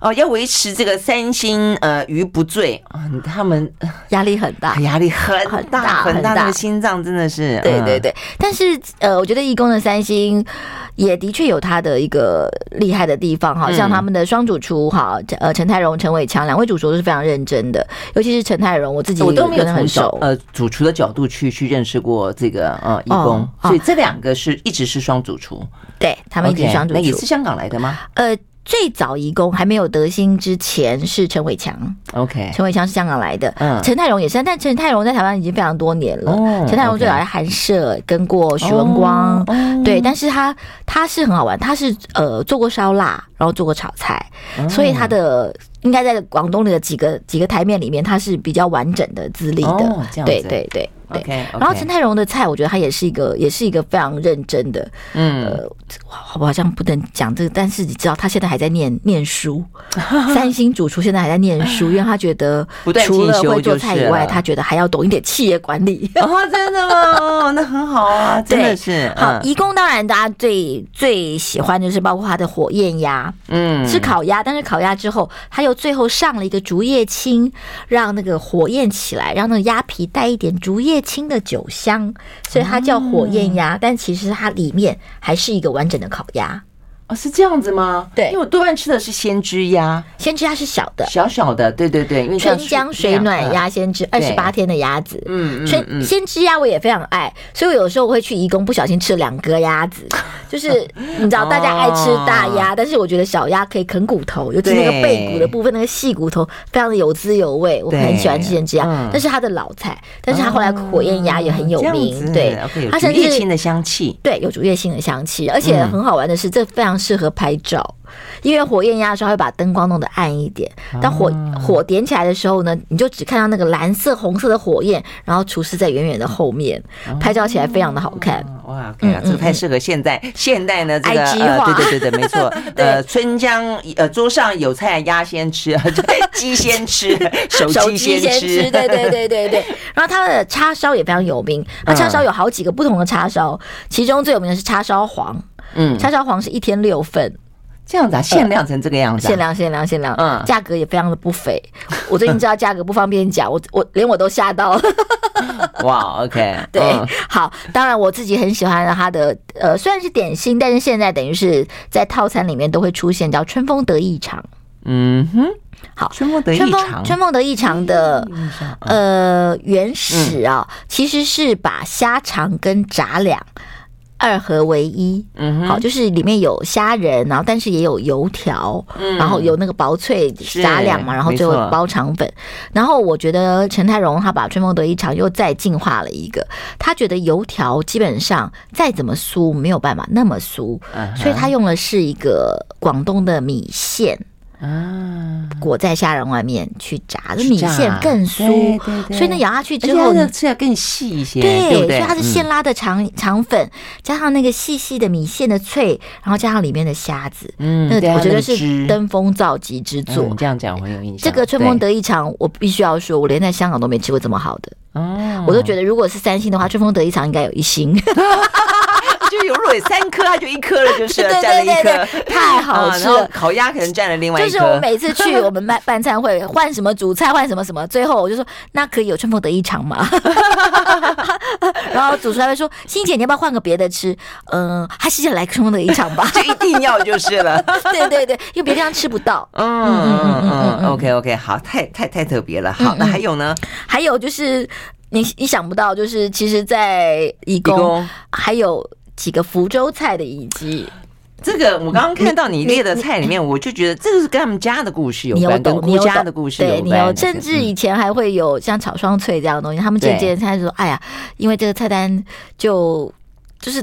Speaker 1: 哦，要维持这个三星呃鱼不醉啊，他们呃
Speaker 2: 压力很 大。
Speaker 1: 压力很
Speaker 2: 很
Speaker 1: 大
Speaker 2: 大
Speaker 1: 很大，
Speaker 2: 很大
Speaker 1: 那个心脏真的是
Speaker 2: 对对
Speaker 1: 嗯
Speaker 2: 对，但是呃，我觉得义工的三星也的确有它的一个厉害的地方哈，
Speaker 1: 嗯
Speaker 2: 像他们的双主厨哈，呃，陈泰荣、陈伟强两位主厨都是非常认真的，尤其是陈泰荣，我自己
Speaker 1: 我都没有
Speaker 2: 跟他
Speaker 1: 从
Speaker 2: 很
Speaker 1: 角
Speaker 2: 熟。
Speaker 1: 呃主厨的角度去去认识过这个呃义工，
Speaker 2: 哦哦
Speaker 1: 所以这两个是一直是双主厨，
Speaker 2: 对他们一起
Speaker 1: OK，
Speaker 2: 双主
Speaker 1: 那也
Speaker 2: 厨
Speaker 1: 是，香港来的吗
Speaker 2: 呃。最早义工还没有得星之前是陈伟强，
Speaker 1: ？OK，
Speaker 2: 陈伟强是香港来的，
Speaker 1: 嗯
Speaker 2: 陈泰荣也是，但陈泰荣在台湾已经非常多年了。
Speaker 1: 哦
Speaker 2: 陈泰荣
Speaker 1: OK
Speaker 2: 最早在韩舍跟过许文光，
Speaker 1: 哦哦
Speaker 2: 对，但是他
Speaker 1: 哦
Speaker 2: 他是很好玩，他是呃做过烧腊，然后做过炒菜，所以他的应该在广东的几个几个台面里面，它是比较完整的资历的。
Speaker 1: 哦这样
Speaker 2: 对
Speaker 1: 子
Speaker 2: 对对对。
Speaker 1: OK，
Speaker 2: 然后陈泰荣的菜，我觉得他也是一个，也是一个非常认真的。
Speaker 1: 嗯，
Speaker 2: 呃，我好像不能讲这个，但是你知道他现在还在念念书，三星主厨现在还在 念书，因为他觉得
Speaker 1: 不断
Speaker 2: 除
Speaker 1: 进
Speaker 2: 了
Speaker 1: 修
Speaker 2: 会做
Speaker 1: 就是
Speaker 2: 菜以外，
Speaker 1: 了
Speaker 2: 他觉得还要懂一点企业管理。
Speaker 1: 哦，真的吗？哦，那很好啊，真的
Speaker 2: 呃 对
Speaker 1: 是，
Speaker 2: 好，
Speaker 1: 嗯
Speaker 2: 义工当然大家最最喜欢就是包括他的火焰鸭，
Speaker 1: 嗯，
Speaker 2: 吃烤鸭，但是烤鸭之后，他又最后上了一个竹叶青，让那个火焰起来，让那个鸭皮带一点竹叶青的酒香，所以它叫火焰鸭。
Speaker 1: 嗯
Speaker 2: 但其实它里面还是一个完整的烤鸭。
Speaker 1: 哦，是这样子吗？
Speaker 2: 对
Speaker 1: 因为我多半吃的是鲜汁鸭，
Speaker 2: 先知它是小的，
Speaker 1: 小小的，对对对，因为这
Speaker 2: 春
Speaker 1: 样
Speaker 2: 江
Speaker 1: 是这
Speaker 2: 水
Speaker 1: 样
Speaker 2: 暖，鸭先知二
Speaker 1: 对
Speaker 2: 十八天的鸭子。
Speaker 1: 嗯嗯嗯
Speaker 2: 春
Speaker 1: 嗯，
Speaker 2: 先知鸭我也非常爱，所以我有时候我会去义工，不小心吃了两个鸭 子，就是你知道
Speaker 1: 哦
Speaker 2: 大家爱吃大鸭，但是我觉得小鸭可以啃骨头，尤其那个
Speaker 1: 对
Speaker 2: 背骨的部分，那个细骨头非常的有滋有味，我
Speaker 1: 对
Speaker 2: 很喜欢吃先知鸭
Speaker 1: 嗯，哦
Speaker 2: 那是它的老菜，但是它后来火焰鸭也很有名，对，它
Speaker 1: 它
Speaker 2: 甚
Speaker 1: 是
Speaker 2: 至
Speaker 1: 沥青的香气，
Speaker 2: 对，有竹叶青的香气，而且
Speaker 1: 嗯
Speaker 2: 很好玩的是，这非常适合拍照，因为火焰鸭的时候会把灯光弄得暗一点，
Speaker 1: 啊
Speaker 2: 当火火点起来的时候呢，你就只看到那个蓝色、红色的火焰，然后厨师在远远的后面，拍照起来非常的好看。
Speaker 1: 啊哦哇，对
Speaker 2: 嗯
Speaker 1: 啊，这个太适合现在现代呢，这个
Speaker 2: IG
Speaker 1: 呃，
Speaker 2: 化
Speaker 1: 对对对对，没错
Speaker 2: ，对
Speaker 1: 呃，春江呃桌上有菜，鸭先吃， 鸡先吃，手
Speaker 2: 手
Speaker 1: 机
Speaker 2: 机先吃，
Speaker 1: 吃，
Speaker 2: 对对对 对对。然后它的叉烧也非常有名，它叉烧有好几个不同的叉烧，其中最有名的是叉烧黄，
Speaker 1: 嗯，
Speaker 2: 叉烧黄是一天六份，
Speaker 1: 这样子啊，限量成这个样子啊，
Speaker 2: 限量限量限量，
Speaker 1: 嗯
Speaker 2: 价格也非常的不菲。我最近知道价格不方便讲，我我连我都吓到了。
Speaker 1: 哇，OK，
Speaker 2: 对，
Speaker 1: 嗯
Speaker 2: 好，当然我自己很喜欢它的，呃，虽然是点心，但是现在等于是在套餐里面都会出现叫“春风得意肠
Speaker 1: 嗯哼，
Speaker 2: 好
Speaker 1: 春风得”。意嗯
Speaker 2: 春
Speaker 1: 长
Speaker 2: 风，春风得意肠的呃原始啊，其实是把虾肠跟炸两二合为一。
Speaker 1: 嗯哼，
Speaker 2: 好，就是里面有虾仁，然后但是也有油条，
Speaker 1: 嗯
Speaker 2: 然后有那个薄脆
Speaker 1: 是
Speaker 2: 炸两嘛，然后
Speaker 1: 没
Speaker 2: 最后
Speaker 1: 错
Speaker 2: 包肠粉。然后我觉得陈泰荣他把春风得意肠又再进化了一个，他觉得油条基本上再怎么酥没有办法那么酥，
Speaker 1: 嗯哼
Speaker 2: 所以他用的是一个广东的米线。
Speaker 1: 啊，
Speaker 2: 裹在虾仁外面去炸，那
Speaker 1: 去
Speaker 2: 米
Speaker 1: 炸
Speaker 2: 线更酥
Speaker 1: 对对，对
Speaker 2: 所以呢咬下去
Speaker 1: 而
Speaker 2: 之
Speaker 1: 且
Speaker 2: 后
Speaker 1: 它
Speaker 2: 你
Speaker 1: 的吃起来更细一些，
Speaker 2: 对，
Speaker 1: 不对？
Speaker 2: 所以它是
Speaker 1: 嗯
Speaker 2: 现拉的肠肠粉，加上那个细细的米线的脆，然后加上里面的虾子，
Speaker 1: 嗯
Speaker 2: 那
Speaker 1: 对啊
Speaker 2: 我觉
Speaker 1: 那
Speaker 2: 得
Speaker 1: 个
Speaker 2: 是
Speaker 1: 汁
Speaker 2: 登峰造极之作。
Speaker 1: 嗯你这样讲我很有印象。
Speaker 2: 这个春风
Speaker 1: 对，
Speaker 2: 得意肠，我必须要说，我连在香港都没吃过这么好的，
Speaker 1: 哦
Speaker 2: 我都觉得如果是三星的话，春风得意肠应该有一星。
Speaker 1: 得就有如果有三颗，它就一颗了，就是
Speaker 2: 对对
Speaker 1: 占了一
Speaker 2: 对对
Speaker 1: 颗，
Speaker 2: 对太好
Speaker 1: 啊
Speaker 2: 吃
Speaker 1: 然后
Speaker 2: 了
Speaker 1: 烤鸭可能占了另外
Speaker 2: 就
Speaker 1: 一
Speaker 2: 是我
Speaker 1: 颗，。
Speaker 2: 每次去我们办办餐会，换什么主菜，换什么什么，最后我就说那可以有春风得意肠吗？ 然后主厨还会说欣姐，你要不要换个别的吃？嗯、还是来春风得意肠吧
Speaker 1: 就一定要就是了。
Speaker 2: 对对对，因为别的地方吃不到。
Speaker 1: 嗯嗯嗯嗯，OK OK，好，太太太特别了。好，
Speaker 2: 嗯
Speaker 1: 那还有呢？
Speaker 2: 还有就是你你想不到，就是其实，在义
Speaker 1: 义
Speaker 2: 工
Speaker 1: 工
Speaker 2: 还有几个福州菜的遗迹，
Speaker 1: 这个我刚刚看到你列的菜里面，我就觉得这个是跟他们家的故事有
Speaker 2: 你有
Speaker 1: 关，跟
Speaker 2: 懂，你
Speaker 1: 顾
Speaker 2: 有
Speaker 1: 家
Speaker 2: 懂
Speaker 1: 的故事有
Speaker 2: 对
Speaker 1: 关。
Speaker 2: 你有，甚
Speaker 1: 嗯
Speaker 2: 至以前还会有像炒双脆这样的东西，他们渐渐开始说，哎呀，因为这个菜单就就是。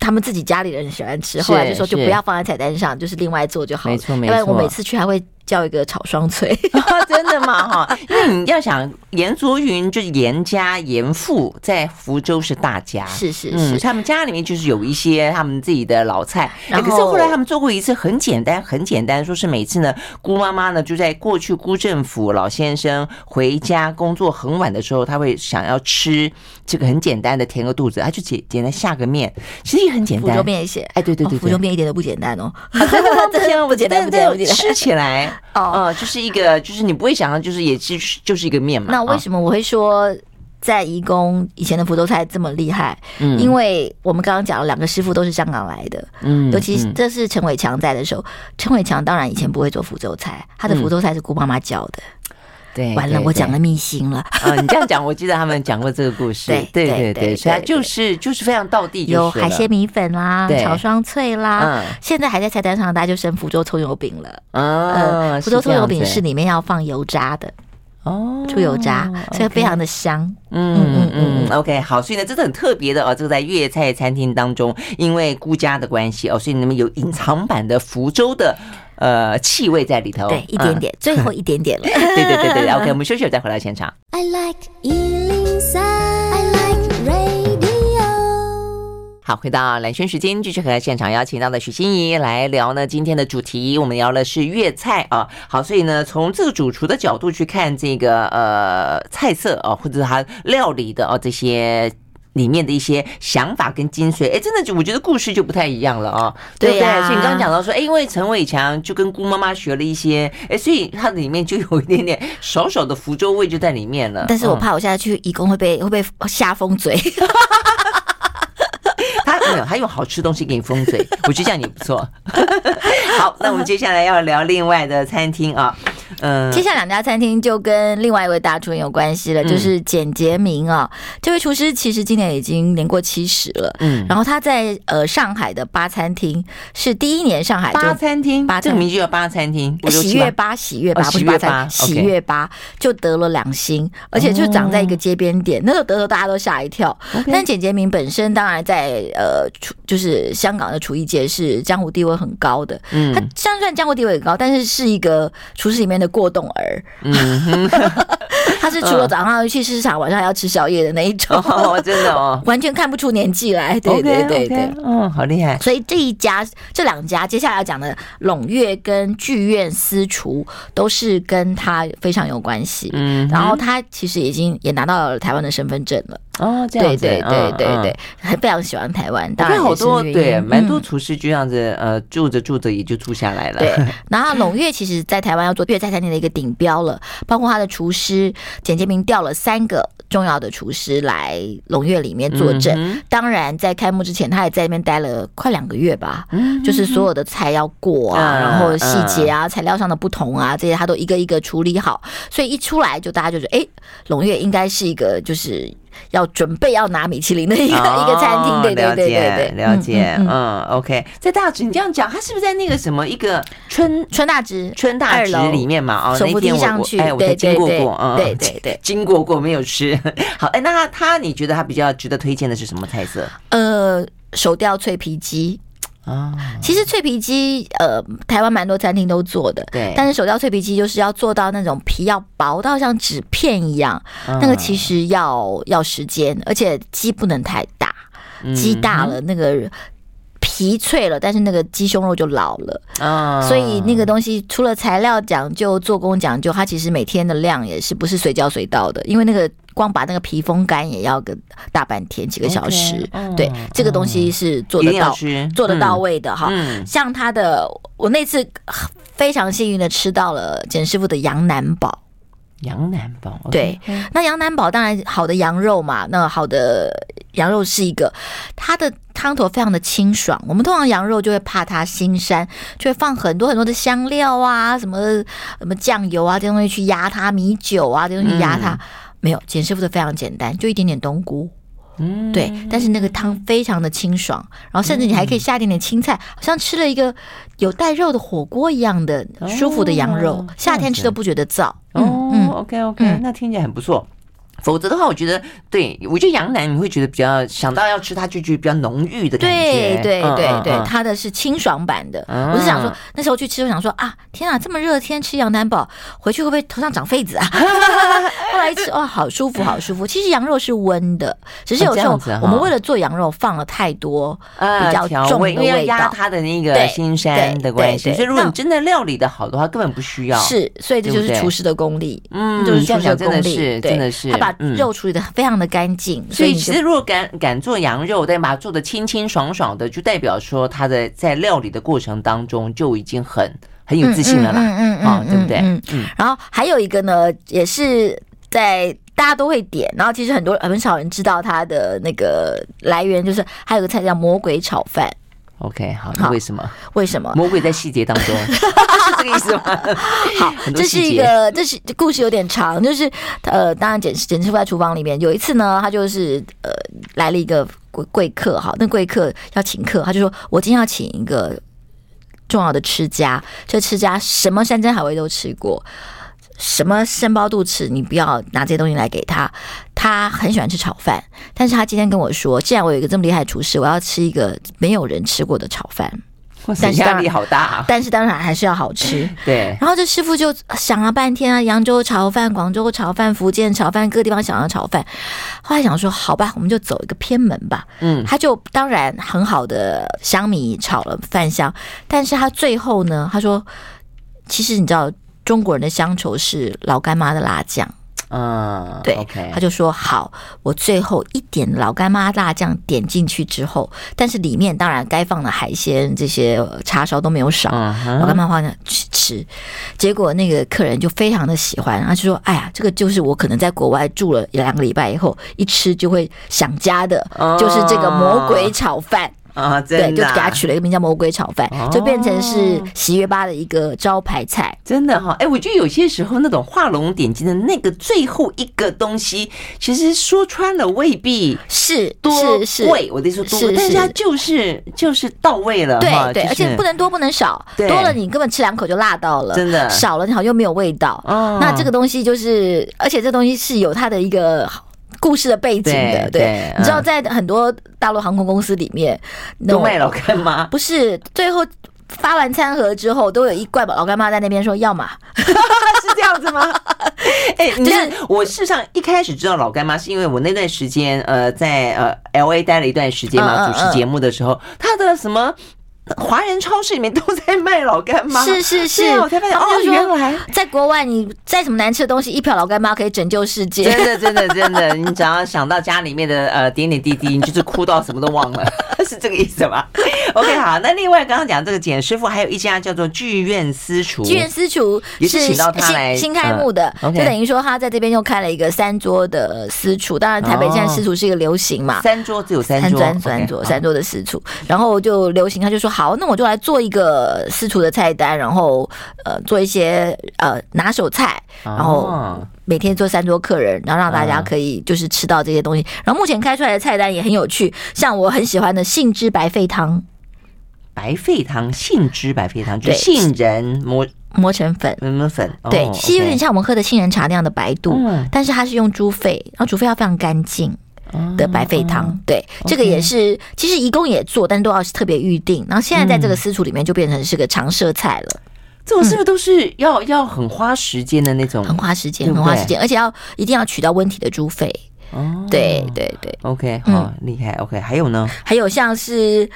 Speaker 2: 他们自己家里人喜欢吃，
Speaker 1: 是
Speaker 2: 后来就说就是不要放在菜单上，就是另外做就好了。
Speaker 1: 没错没
Speaker 2: 要不然我
Speaker 1: 错
Speaker 2: 每次去还会叫一个炒双脆。
Speaker 1: 真的吗？哈，因为你要想，严卓云就是严家严父在福州是大家，
Speaker 2: 是是
Speaker 1: 嗯，
Speaker 2: 是，
Speaker 1: 他们家里面就是有一些他们自己的老菜，哎
Speaker 2: 然
Speaker 1: 可是后来
Speaker 2: 后
Speaker 1: 他们做过一次很简单，很简单，说是每次呢，姑妈妈呢就在过去姑政府老先生回家工作很晚的时候，他会想要吃这个很简单的填个肚子，他就简简单下个面，其实也很简
Speaker 2: 福
Speaker 1: 单
Speaker 2: 州。面也写。
Speaker 1: 哎，对对对
Speaker 2: 哦福州
Speaker 1: 对，
Speaker 2: 面一点都不简单哦，
Speaker 1: 不
Speaker 2: 不简单不简单不简单。
Speaker 1: 吃起来
Speaker 2: 哦
Speaker 1: 哦、呃就是一个，就是你不会想到，就是也是就是一个面嘛。啊
Speaker 2: 那为
Speaker 1: 么？
Speaker 2: 什么我会说在移工以前的福州菜这么厉害？
Speaker 1: 嗯
Speaker 2: 因为我们刚刚讲了，两个师傅都是香港来的，
Speaker 1: 嗯
Speaker 2: 尤其是
Speaker 1: 嗯
Speaker 2: 这是陈伟强在的时候，陈伟强当然以前不会做福州菜，他的福州菜是姑妈妈教的。
Speaker 1: 对，
Speaker 2: 完
Speaker 1: 嗯
Speaker 2: 了，
Speaker 1: 哎对
Speaker 2: 我讲。
Speaker 1: 对
Speaker 2: 了秘辛了。
Speaker 1: 啊，你这样讲，我记得他们讲过这个故事
Speaker 2: 对。
Speaker 1: 对
Speaker 2: 对
Speaker 1: 对
Speaker 2: 对
Speaker 1: 对，所以它
Speaker 2: 对
Speaker 1: 就是就是非常道地就是了，
Speaker 2: 有海鲜米粉啦，
Speaker 1: 对
Speaker 2: 炒双脆啦，
Speaker 1: 嗯
Speaker 2: 现在还在菜单上，大家就剩福州葱油饼了。
Speaker 1: 啊，
Speaker 2: 呃，福州
Speaker 1: 这
Speaker 2: 葱油
Speaker 1: 样
Speaker 2: 饼
Speaker 1: 子
Speaker 2: 是里面要放油渣的，
Speaker 1: 哦，
Speaker 2: 出油渣，所以
Speaker 1: OK
Speaker 2: 非常的香。
Speaker 1: 嗯
Speaker 2: 嗯
Speaker 1: 嗯
Speaker 2: 嗯
Speaker 1: 嗯，OK，好，所以呢，这是很特别的哦，这个在粤菜餐厅当中，因为孤家的关系哦，所以你们有隐藏版的福州的。呃气味在里头，
Speaker 2: 对，一点
Speaker 1: 嗯。
Speaker 2: 点，最后一点点 了。
Speaker 1: 对对对对对，OK，我们休息了再回到现场。
Speaker 3: I like Ealing Sound. I like radio.
Speaker 1: 好，回到蓝轩时间，继续和现场邀请到的许心怡来聊呢今天的主题，我们聊的是粤菜啊。好，所以呢，从这个主厨的角度去看这个呃菜色啊，或者是它料理的哦、这些。里面的一些想法跟精髓，哎，真的就我觉得故事就不太一样了啊，不
Speaker 2: 对呀
Speaker 1: 所以你刚刚讲到说，哎，因为陈伟强就跟姑妈妈学了一些，哎，所以它里面就有一点点少少的福州味就在里面了。
Speaker 2: 但是我
Speaker 1: 嗯
Speaker 2: 怕我现在去义工会被会被吓封嘴。
Speaker 1: 他没有，他用好吃东西给你封嘴， 我觉得这样也不错。好，那我们接下来要聊另外的餐厅啊，嗯、
Speaker 2: 接下来两家餐厅就跟另外一位大厨很有关系了，
Speaker 1: 嗯
Speaker 2: 就是简杰明啊，这位厨师其实今年已经年过七十了。
Speaker 1: 嗯，
Speaker 2: 然后他在呃上海的八餐厅是第一年上海就
Speaker 1: 八餐厅，
Speaker 2: 八餐
Speaker 1: 这个名字叫八餐厅，我就
Speaker 2: 喜
Speaker 1: 知道
Speaker 2: 悦吧，喜悦吧，
Speaker 1: 哦
Speaker 2: 不
Speaker 1: 喜
Speaker 2: 是
Speaker 1: 悦吧
Speaker 2: 八餐，
Speaker 1: OK
Speaker 2: 喜悦吧就得了两星，而且就长在
Speaker 1: 哦
Speaker 2: 一个街边店，那时候得了大家都吓一跳。
Speaker 1: 嗯
Speaker 2: 但简洁明本身当然在呃厨就是香港的厨艺界是江湖地位很高的，他
Speaker 1: 嗯
Speaker 2: 虽然算江湖地位很高，但是是一个厨师里面的过动儿，
Speaker 1: 嗯，
Speaker 2: 他是除了早上要去市场，晚上还要吃宵夜的那一种，
Speaker 1: 哦，真的哦，
Speaker 2: 完全看不出年纪来。对对对对。
Speaker 1: OK，OK，嗯，好厉害，
Speaker 2: 所以这一家、这两家接下来要讲的陇月跟剧院私厨都是跟他非常有关系。
Speaker 1: 嗯，
Speaker 2: 然后他其实已经也拿到了台湾的身份证了，
Speaker 1: 哦，这
Speaker 2: 对
Speaker 1: 样子，
Speaker 2: 对对
Speaker 1: 嗯
Speaker 2: 对
Speaker 1: 嗯
Speaker 2: 对，还非常喜欢台湾，
Speaker 1: 我
Speaker 2: 当然
Speaker 1: 看好
Speaker 2: 也是
Speaker 1: 多
Speaker 2: 原因
Speaker 1: 对，蛮多
Speaker 2: 嗯
Speaker 1: 厨师就这样子，呃，住着住着也就住下来了。
Speaker 2: 对， 然后陇月其实在台湾要做粤菜餐厅的一个顶标了，包括他的厨师简介明调了三个重要的厨师来陇月里面坐镇。
Speaker 1: 嗯哼
Speaker 2: 当然，在开幕之前，他也在那边待了快两个月吧，就是所有的菜要过啊，
Speaker 1: 嗯
Speaker 2: 然后细节啊、材料上的不同啊，这些他都一个一个处理好，所以一出来就大家就觉得，哎，龙月应该是一个就是要准备要拿米其林的一个、
Speaker 1: 哦
Speaker 2: 一个餐厅，对对
Speaker 1: 了
Speaker 2: 对
Speaker 1: 解
Speaker 2: 对对，
Speaker 1: 了解，
Speaker 2: 嗯嗯嗯
Speaker 1: 嗯，OK，在大直你这样讲，他是不是在那个什么一个春
Speaker 2: 川大直，
Speaker 1: 春大
Speaker 2: 二
Speaker 1: 直
Speaker 2: 楼
Speaker 1: 里面嘛，哦，
Speaker 2: 手
Speaker 1: 那
Speaker 2: 扶
Speaker 1: 天
Speaker 2: 梯
Speaker 1: 我
Speaker 2: 上
Speaker 1: 我
Speaker 2: 去，
Speaker 1: 哎，我才
Speaker 2: 对
Speaker 1: 经
Speaker 2: 对
Speaker 1: 过
Speaker 2: 对
Speaker 1: 过，嗯，
Speaker 2: 对对对，
Speaker 1: 经过过没有吃。 好，哎，那他你觉得他比较值得推荐的是什么菜色
Speaker 2: 呃，手吊脆皮鸡。
Speaker 1: 啊？
Speaker 2: 其实脆皮鸡，呃，台湾蛮多餐厅都做的，
Speaker 1: 对，
Speaker 2: 但是手雕脆皮鸡就是要做到那种皮要薄到像纸片一样，
Speaker 1: 啊嗯
Speaker 2: 那个其实要要时间，而且鸡不能太大，鸡大了那个皮脆了，但是那个鸡胸肉就老了，
Speaker 1: 啊
Speaker 2: 所以那个东西除了材料讲究、做工讲究，它其实每天的量也是不是随叫随到的，因为那个。光把那个皮风干也要个大半天，几个小时。
Speaker 1: OK，
Speaker 2: 对
Speaker 1: 嗯，
Speaker 2: 这个东西是做
Speaker 1: 一
Speaker 2: 得
Speaker 1: 定要
Speaker 2: 到、
Speaker 1: 吃，
Speaker 2: 做得到
Speaker 1: 嗯。
Speaker 2: 位的哈。
Speaker 1: 嗯，
Speaker 2: 像他的，我那次呃非常幸运的吃到了简师傅的羊腩煲。
Speaker 1: 羊腩煲
Speaker 2: 对，
Speaker 1: 嗯
Speaker 2: 那羊腩煲当然好的羊肉嘛，那好的羊肉是一个，它的汤头非常的清爽。我们通常羊肉就会怕它腥膻，就会放很多很多的香料啊，什么什么酱油啊这些东西去压它，米酒啊这些东西压它。没有，简师傅的非常简单，就一点点冬菇，
Speaker 1: 嗯嗯
Speaker 2: 对，但是那个汤非常的清爽，然后甚至你还可以下一点点青菜，好像吃了一个有带肉的火锅一样的
Speaker 1: 哦
Speaker 2: 舒服的羊肉，
Speaker 1: 这
Speaker 2: 夏
Speaker 1: 样
Speaker 2: 天
Speaker 1: 子
Speaker 2: 吃都不觉得燥。嗯
Speaker 1: 哦
Speaker 2: 嗯，
Speaker 1: ，OK OK，
Speaker 2: 嗯
Speaker 1: 那听起来很不错。否则的话，我觉得，对我觉得羊腩你会觉得比较想到要吃它，就觉得比较浓郁的感
Speaker 2: 对
Speaker 1: 觉。
Speaker 2: 对
Speaker 1: 嗯
Speaker 2: 对
Speaker 1: 嗯
Speaker 2: 对，
Speaker 1: 嗯
Speaker 2: 它的是清爽版的。
Speaker 1: 嗯
Speaker 2: 我是想说，那时候去吃，我想说啊，天啊，这么热的天吃羊腩煲，回去会不会头上长痱子啊？ 后来一吃，哇，好舒服，好舒服。其实羊肉是温的，只是
Speaker 1: 哦
Speaker 2: 有
Speaker 1: 这
Speaker 2: 时候
Speaker 1: 样子哈
Speaker 2: 我们为了做羊肉放了太多，
Speaker 1: 呃
Speaker 2: 比较
Speaker 1: 调
Speaker 2: 重
Speaker 1: 味，因
Speaker 2: 的
Speaker 1: 为要
Speaker 2: 味
Speaker 1: 压
Speaker 2: 道
Speaker 1: 它的那个
Speaker 2: 对
Speaker 1: 腥膻
Speaker 2: 对
Speaker 1: 的关系，
Speaker 2: 对对
Speaker 1: 所以如果
Speaker 2: 那
Speaker 1: 你真的料理的好的话，根本不需要。，
Speaker 2: 是，所以这
Speaker 1: 对
Speaker 2: 就
Speaker 1: 不
Speaker 2: 是
Speaker 1: 对
Speaker 2: 厨师的功力。
Speaker 1: 嗯，
Speaker 2: 就是
Speaker 1: 这
Speaker 2: 厨
Speaker 1: 样
Speaker 2: 师的
Speaker 1: 讲真
Speaker 2: 功
Speaker 1: 的
Speaker 2: 力，
Speaker 1: 是，
Speaker 2: 对
Speaker 1: 真的是，
Speaker 2: 他把
Speaker 1: 嗯
Speaker 2: 肉处理的非常的干净，
Speaker 1: 所以
Speaker 2: 你
Speaker 1: 其
Speaker 2: 就
Speaker 1: 实如果敢敢做羊肉，但把它做的清清爽爽的，就代表说他的在料理的过程当中就已经很很有自信了啦。
Speaker 2: 嗯
Speaker 1: 啊对不对
Speaker 2: 嗯
Speaker 1: 嗯
Speaker 2: 然后还有一个呢，也是在。大家都会点，然后其实很多很少人知道它的那个来源，就是还有个菜叫魔鬼炒饭，
Speaker 1: OK，好，
Speaker 2: 好
Speaker 1: 那为什么
Speaker 2: 为什么？
Speaker 1: 魔鬼在细节当 中？是这个意思吗？
Speaker 2: 好
Speaker 1: 很，多
Speaker 2: 这是
Speaker 1: 细
Speaker 2: 一
Speaker 1: 节。
Speaker 2: 个，这是这故事有点长，就是呃，当然简简师傅在厨房里面有一次呢，他就是呃来了一个贵贵客，哈，那贵客要请客，他就说我今天要请一个重要的吃家，这吃家什么山珍海味都吃过。什么生包肚吃，你不要拿这些东西来给他。他很喜欢吃炒饭，但是他今天跟我说，既然我有一个这么厉害的厨师，我要吃一个没有人吃过的炒饭。
Speaker 1: 哇塞
Speaker 2: 但是当
Speaker 1: 压
Speaker 2: 然
Speaker 1: 力好大啊，
Speaker 2: 但是当然还是要好吃。
Speaker 1: 对，
Speaker 2: 然后这师傅就想了半天啊，扬州炒饭、广州炒饭、福建炒饭，各地方想要炒饭。后来想说，好吧，我们就走一个偏门吧。
Speaker 1: 嗯，
Speaker 2: 他就当然很好的香米炒了饭香，但是他最后呢，他说，其实你知道中国人的乡愁是老干妈的辣酱，
Speaker 1: 嗯，
Speaker 2: 对
Speaker 1: ，OK，
Speaker 2: 他就说好，我最后一点老干妈辣酱点进去之后，但是里面当然该放的海鲜这些呃叉烧都没有少。
Speaker 1: 嗯
Speaker 2: 老干
Speaker 1: 哼，
Speaker 2: 妈花呢去吃，结果那个客人就非常的喜欢，他就说：“哎呀，这个就是我可能在国外住了一两个礼拜以后，一吃就会想家的，
Speaker 1: 哦
Speaker 2: 就是这个魔鬼炒饭。”
Speaker 1: 啊，
Speaker 2: 对，
Speaker 1: 真
Speaker 2: 就
Speaker 1: 的啊，哦
Speaker 2: 给他取了一个名叫魔鬼炒饭，就变成是喜悦吧的一个招牌菜。
Speaker 1: 真的哈、哎，我觉得有些时候那种画龙点睛的那个最后一个东西，其实说穿了未必
Speaker 2: 是
Speaker 1: 多
Speaker 2: 是是，
Speaker 1: 贵，我啊的意思说多贵，
Speaker 2: 是
Speaker 1: 但是它
Speaker 2: 是
Speaker 1: 就是就是到位了哈，
Speaker 2: 对对，
Speaker 1: 就是
Speaker 2: 而且不能多不能少，
Speaker 1: 对
Speaker 2: 多了你根本吃两口就辣到了，
Speaker 1: 真的
Speaker 2: 少了你好像又没有味道。
Speaker 1: 哦
Speaker 2: 那这个东西就是，而且这东西是有它的一个。故事的背景的，
Speaker 1: 对
Speaker 2: 对，
Speaker 1: 对
Speaker 2: 你知道
Speaker 1: 嗯
Speaker 2: 在很多大陆航空公司里面，那
Speaker 1: 都
Speaker 2: 种
Speaker 1: 卖老干 妈，
Speaker 2: 不是最后发完餐盒之后，都有一罐老干妈在那边说要嘛，
Speaker 1: 是这样子 吗？哎、你看，
Speaker 2: 就
Speaker 1: 我事实上一开始知道老干妈，是因为我那段时间呃在呃 L A 待了一段时间嘛，
Speaker 2: 嗯嗯
Speaker 1: 主持节目的时候，他的什么华人超市里面都在卖老干妈，
Speaker 2: 是是是，
Speaker 1: 对啊我才发现
Speaker 2: 他们就
Speaker 1: 哦
Speaker 2: 说
Speaker 1: 原来
Speaker 2: 在国外你再什么难吃的东西，一瓢老干妈可以拯救世界。
Speaker 1: 真的，真的，真的，你只要想到家里面的呃点点滴滴，你就是哭到什么都忘了， 是这个意思吧？OK，好，那另外刚刚讲这个简师傅，还有一家叫做剧院私厨，
Speaker 2: 剧院私厨
Speaker 1: 也是
Speaker 2: 是
Speaker 1: 请到他来
Speaker 2: 新新开幕的，
Speaker 1: 嗯
Speaker 2: 就
Speaker 1: ，OK
Speaker 2: 等于说他在这边又开了一个三桌的私厨。当然，台北现
Speaker 1: 哦
Speaker 2: 在私厨是一个流行嘛，
Speaker 1: 三桌只有三
Speaker 2: 三
Speaker 1: 桌，
Speaker 2: 桌三桌
Speaker 1: OK，
Speaker 2: 三桌的私厨，然后就流行，他就说好，那我就来做一个私厨的菜单，然后呃做一些呃拿手菜，
Speaker 1: 好，
Speaker 2: 然后
Speaker 1: 哦
Speaker 2: 每天做三桌客人，然后让大家
Speaker 1: 嗯
Speaker 2: 可以就是吃到这些东西。然后目前开出来的菜单也很有趣，像我很喜欢的杏汁白肺汤，
Speaker 1: 白肺汤、杏汁白肺汤，就
Speaker 2: 对
Speaker 1: 是杏仁磨
Speaker 2: 磨成粉，
Speaker 1: 什么粉，哦
Speaker 2: 对，其实有点
Speaker 1: OK
Speaker 2: 像我们喝的杏仁茶那样的白肚，
Speaker 1: 嗯
Speaker 2: 但是它是用猪肺，然后猪肺要非常干净。的白肺
Speaker 1: 哦
Speaker 2: 汤，对，这个也是，其实义工也做，但都要特别预定。然后现在在这
Speaker 1: 嗯
Speaker 2: 个私厨里面就变成是个常设菜了，
Speaker 1: 这种是不
Speaker 2: 嗯
Speaker 1: 是都是要要很花时间的那种？
Speaker 2: 很花时间，
Speaker 1: 对不
Speaker 2: 很花时
Speaker 1: 对
Speaker 2: 间，而且要一定要取到温体的猪肺。
Speaker 1: 哦
Speaker 2: 对嗯对对，
Speaker 1: ，OK，好厉害，OK，还有 呢？
Speaker 2: 还有像是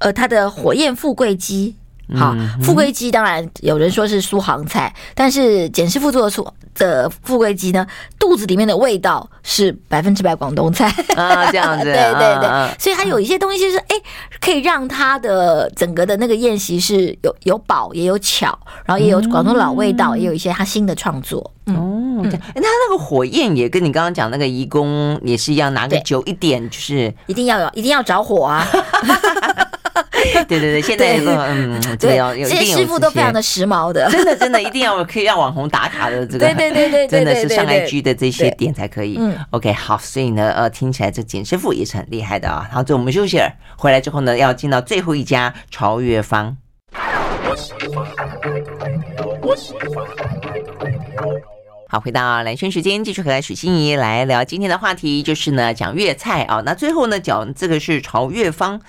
Speaker 2: 呃，它的火焰富贵鸡。好
Speaker 1: 嗯，
Speaker 2: 富贵鸡当然有人说是苏杭菜，但是简师傅做的苏的富贵鸡呢，肚子里面的味道是百分之百广东菜，
Speaker 1: 啊，这样子，
Speaker 2: 对对对，
Speaker 1: 啊
Speaker 2: 所以它有一些东西就是哎、可以让它的整个的那个宴席是有有饱也有巧，然后也有广东老味道，也有一些它新的创作。嗯，
Speaker 1: 哦，这样，哎那他那个火焰也跟你刚刚讲那个义工也是一样，拿个
Speaker 2: 对
Speaker 1: 酒一点， 就是，
Speaker 2: 一定要有，一定要着火 啊！
Speaker 1: 对对对，现在
Speaker 2: 对
Speaker 1: 这个嗯，这个
Speaker 2: 对
Speaker 1: 要，有
Speaker 2: 这
Speaker 1: 一定
Speaker 2: 些
Speaker 1: 有
Speaker 2: 师傅都
Speaker 1: 这
Speaker 2: 非常的时 髦的。
Speaker 1: 真的真的一定要可以让网红打卡的这个，
Speaker 2: 对对对对对
Speaker 1: 真的
Speaker 2: 对
Speaker 1: 是
Speaker 2: 对
Speaker 1: 上
Speaker 2: 对
Speaker 1: IG 的这些
Speaker 2: 对
Speaker 1: 点才可以
Speaker 2: 嗯。
Speaker 1: OK，好，所以呢，呃，听起来这简师傅也是很厉害的啊。然后这我们休息了，回来之后呢，要进到最后一家朝月坊。好，回到蓝轩时间，继续和许心怡来聊今天的话题，就是呢讲粤菜啊。那最后呢讲这个是朝月坊，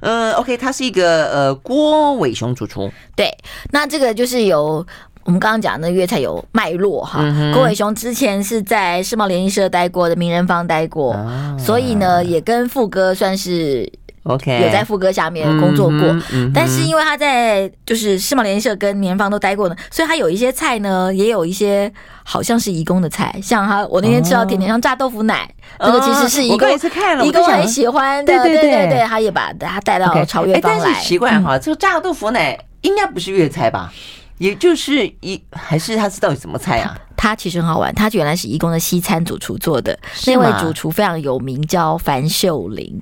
Speaker 1: 嗯，OK，它是一个呃郭伟雄主厨，
Speaker 2: 对，那这个就是有我们刚刚讲的粤菜有脉络哈。
Speaker 1: 嗯
Speaker 2: 郭伟雄之前是在世贸联谊社待过的，名人坊待过，
Speaker 1: 啊
Speaker 2: 所以呢也跟副歌算是
Speaker 1: OK，
Speaker 2: 有在副歌下面工作过。
Speaker 1: 嗯哼嗯哼
Speaker 2: 但是因为他在就是世贸联谊社跟名人坊都待过呢，所以他有一些菜呢，也有一些好像是移工的菜，像他我那天吃到甜甜香炸豆腐奶，这个其实是
Speaker 1: 哦
Speaker 2: 移
Speaker 1: 我刚
Speaker 2: 工
Speaker 1: 也是看了，
Speaker 2: 移
Speaker 1: 我就
Speaker 2: 工
Speaker 1: 想
Speaker 2: 很喜欢的，
Speaker 1: 对对
Speaker 2: 对
Speaker 1: 对
Speaker 2: 对，他也把他带到
Speaker 1: OK，
Speaker 2: 朝月
Speaker 1: 哎
Speaker 2: 坊
Speaker 1: 但
Speaker 2: 来嗯
Speaker 1: 是。奇怪哈，这个炸豆腐奶应该不是粤菜吧？也就是一还是它是到底什么菜啊？
Speaker 2: 他其实很好玩，他原来是义工的西餐主厨做的，
Speaker 1: 是
Speaker 2: 那位
Speaker 1: 吗
Speaker 2: 主厨非常有名，叫樊秀玲，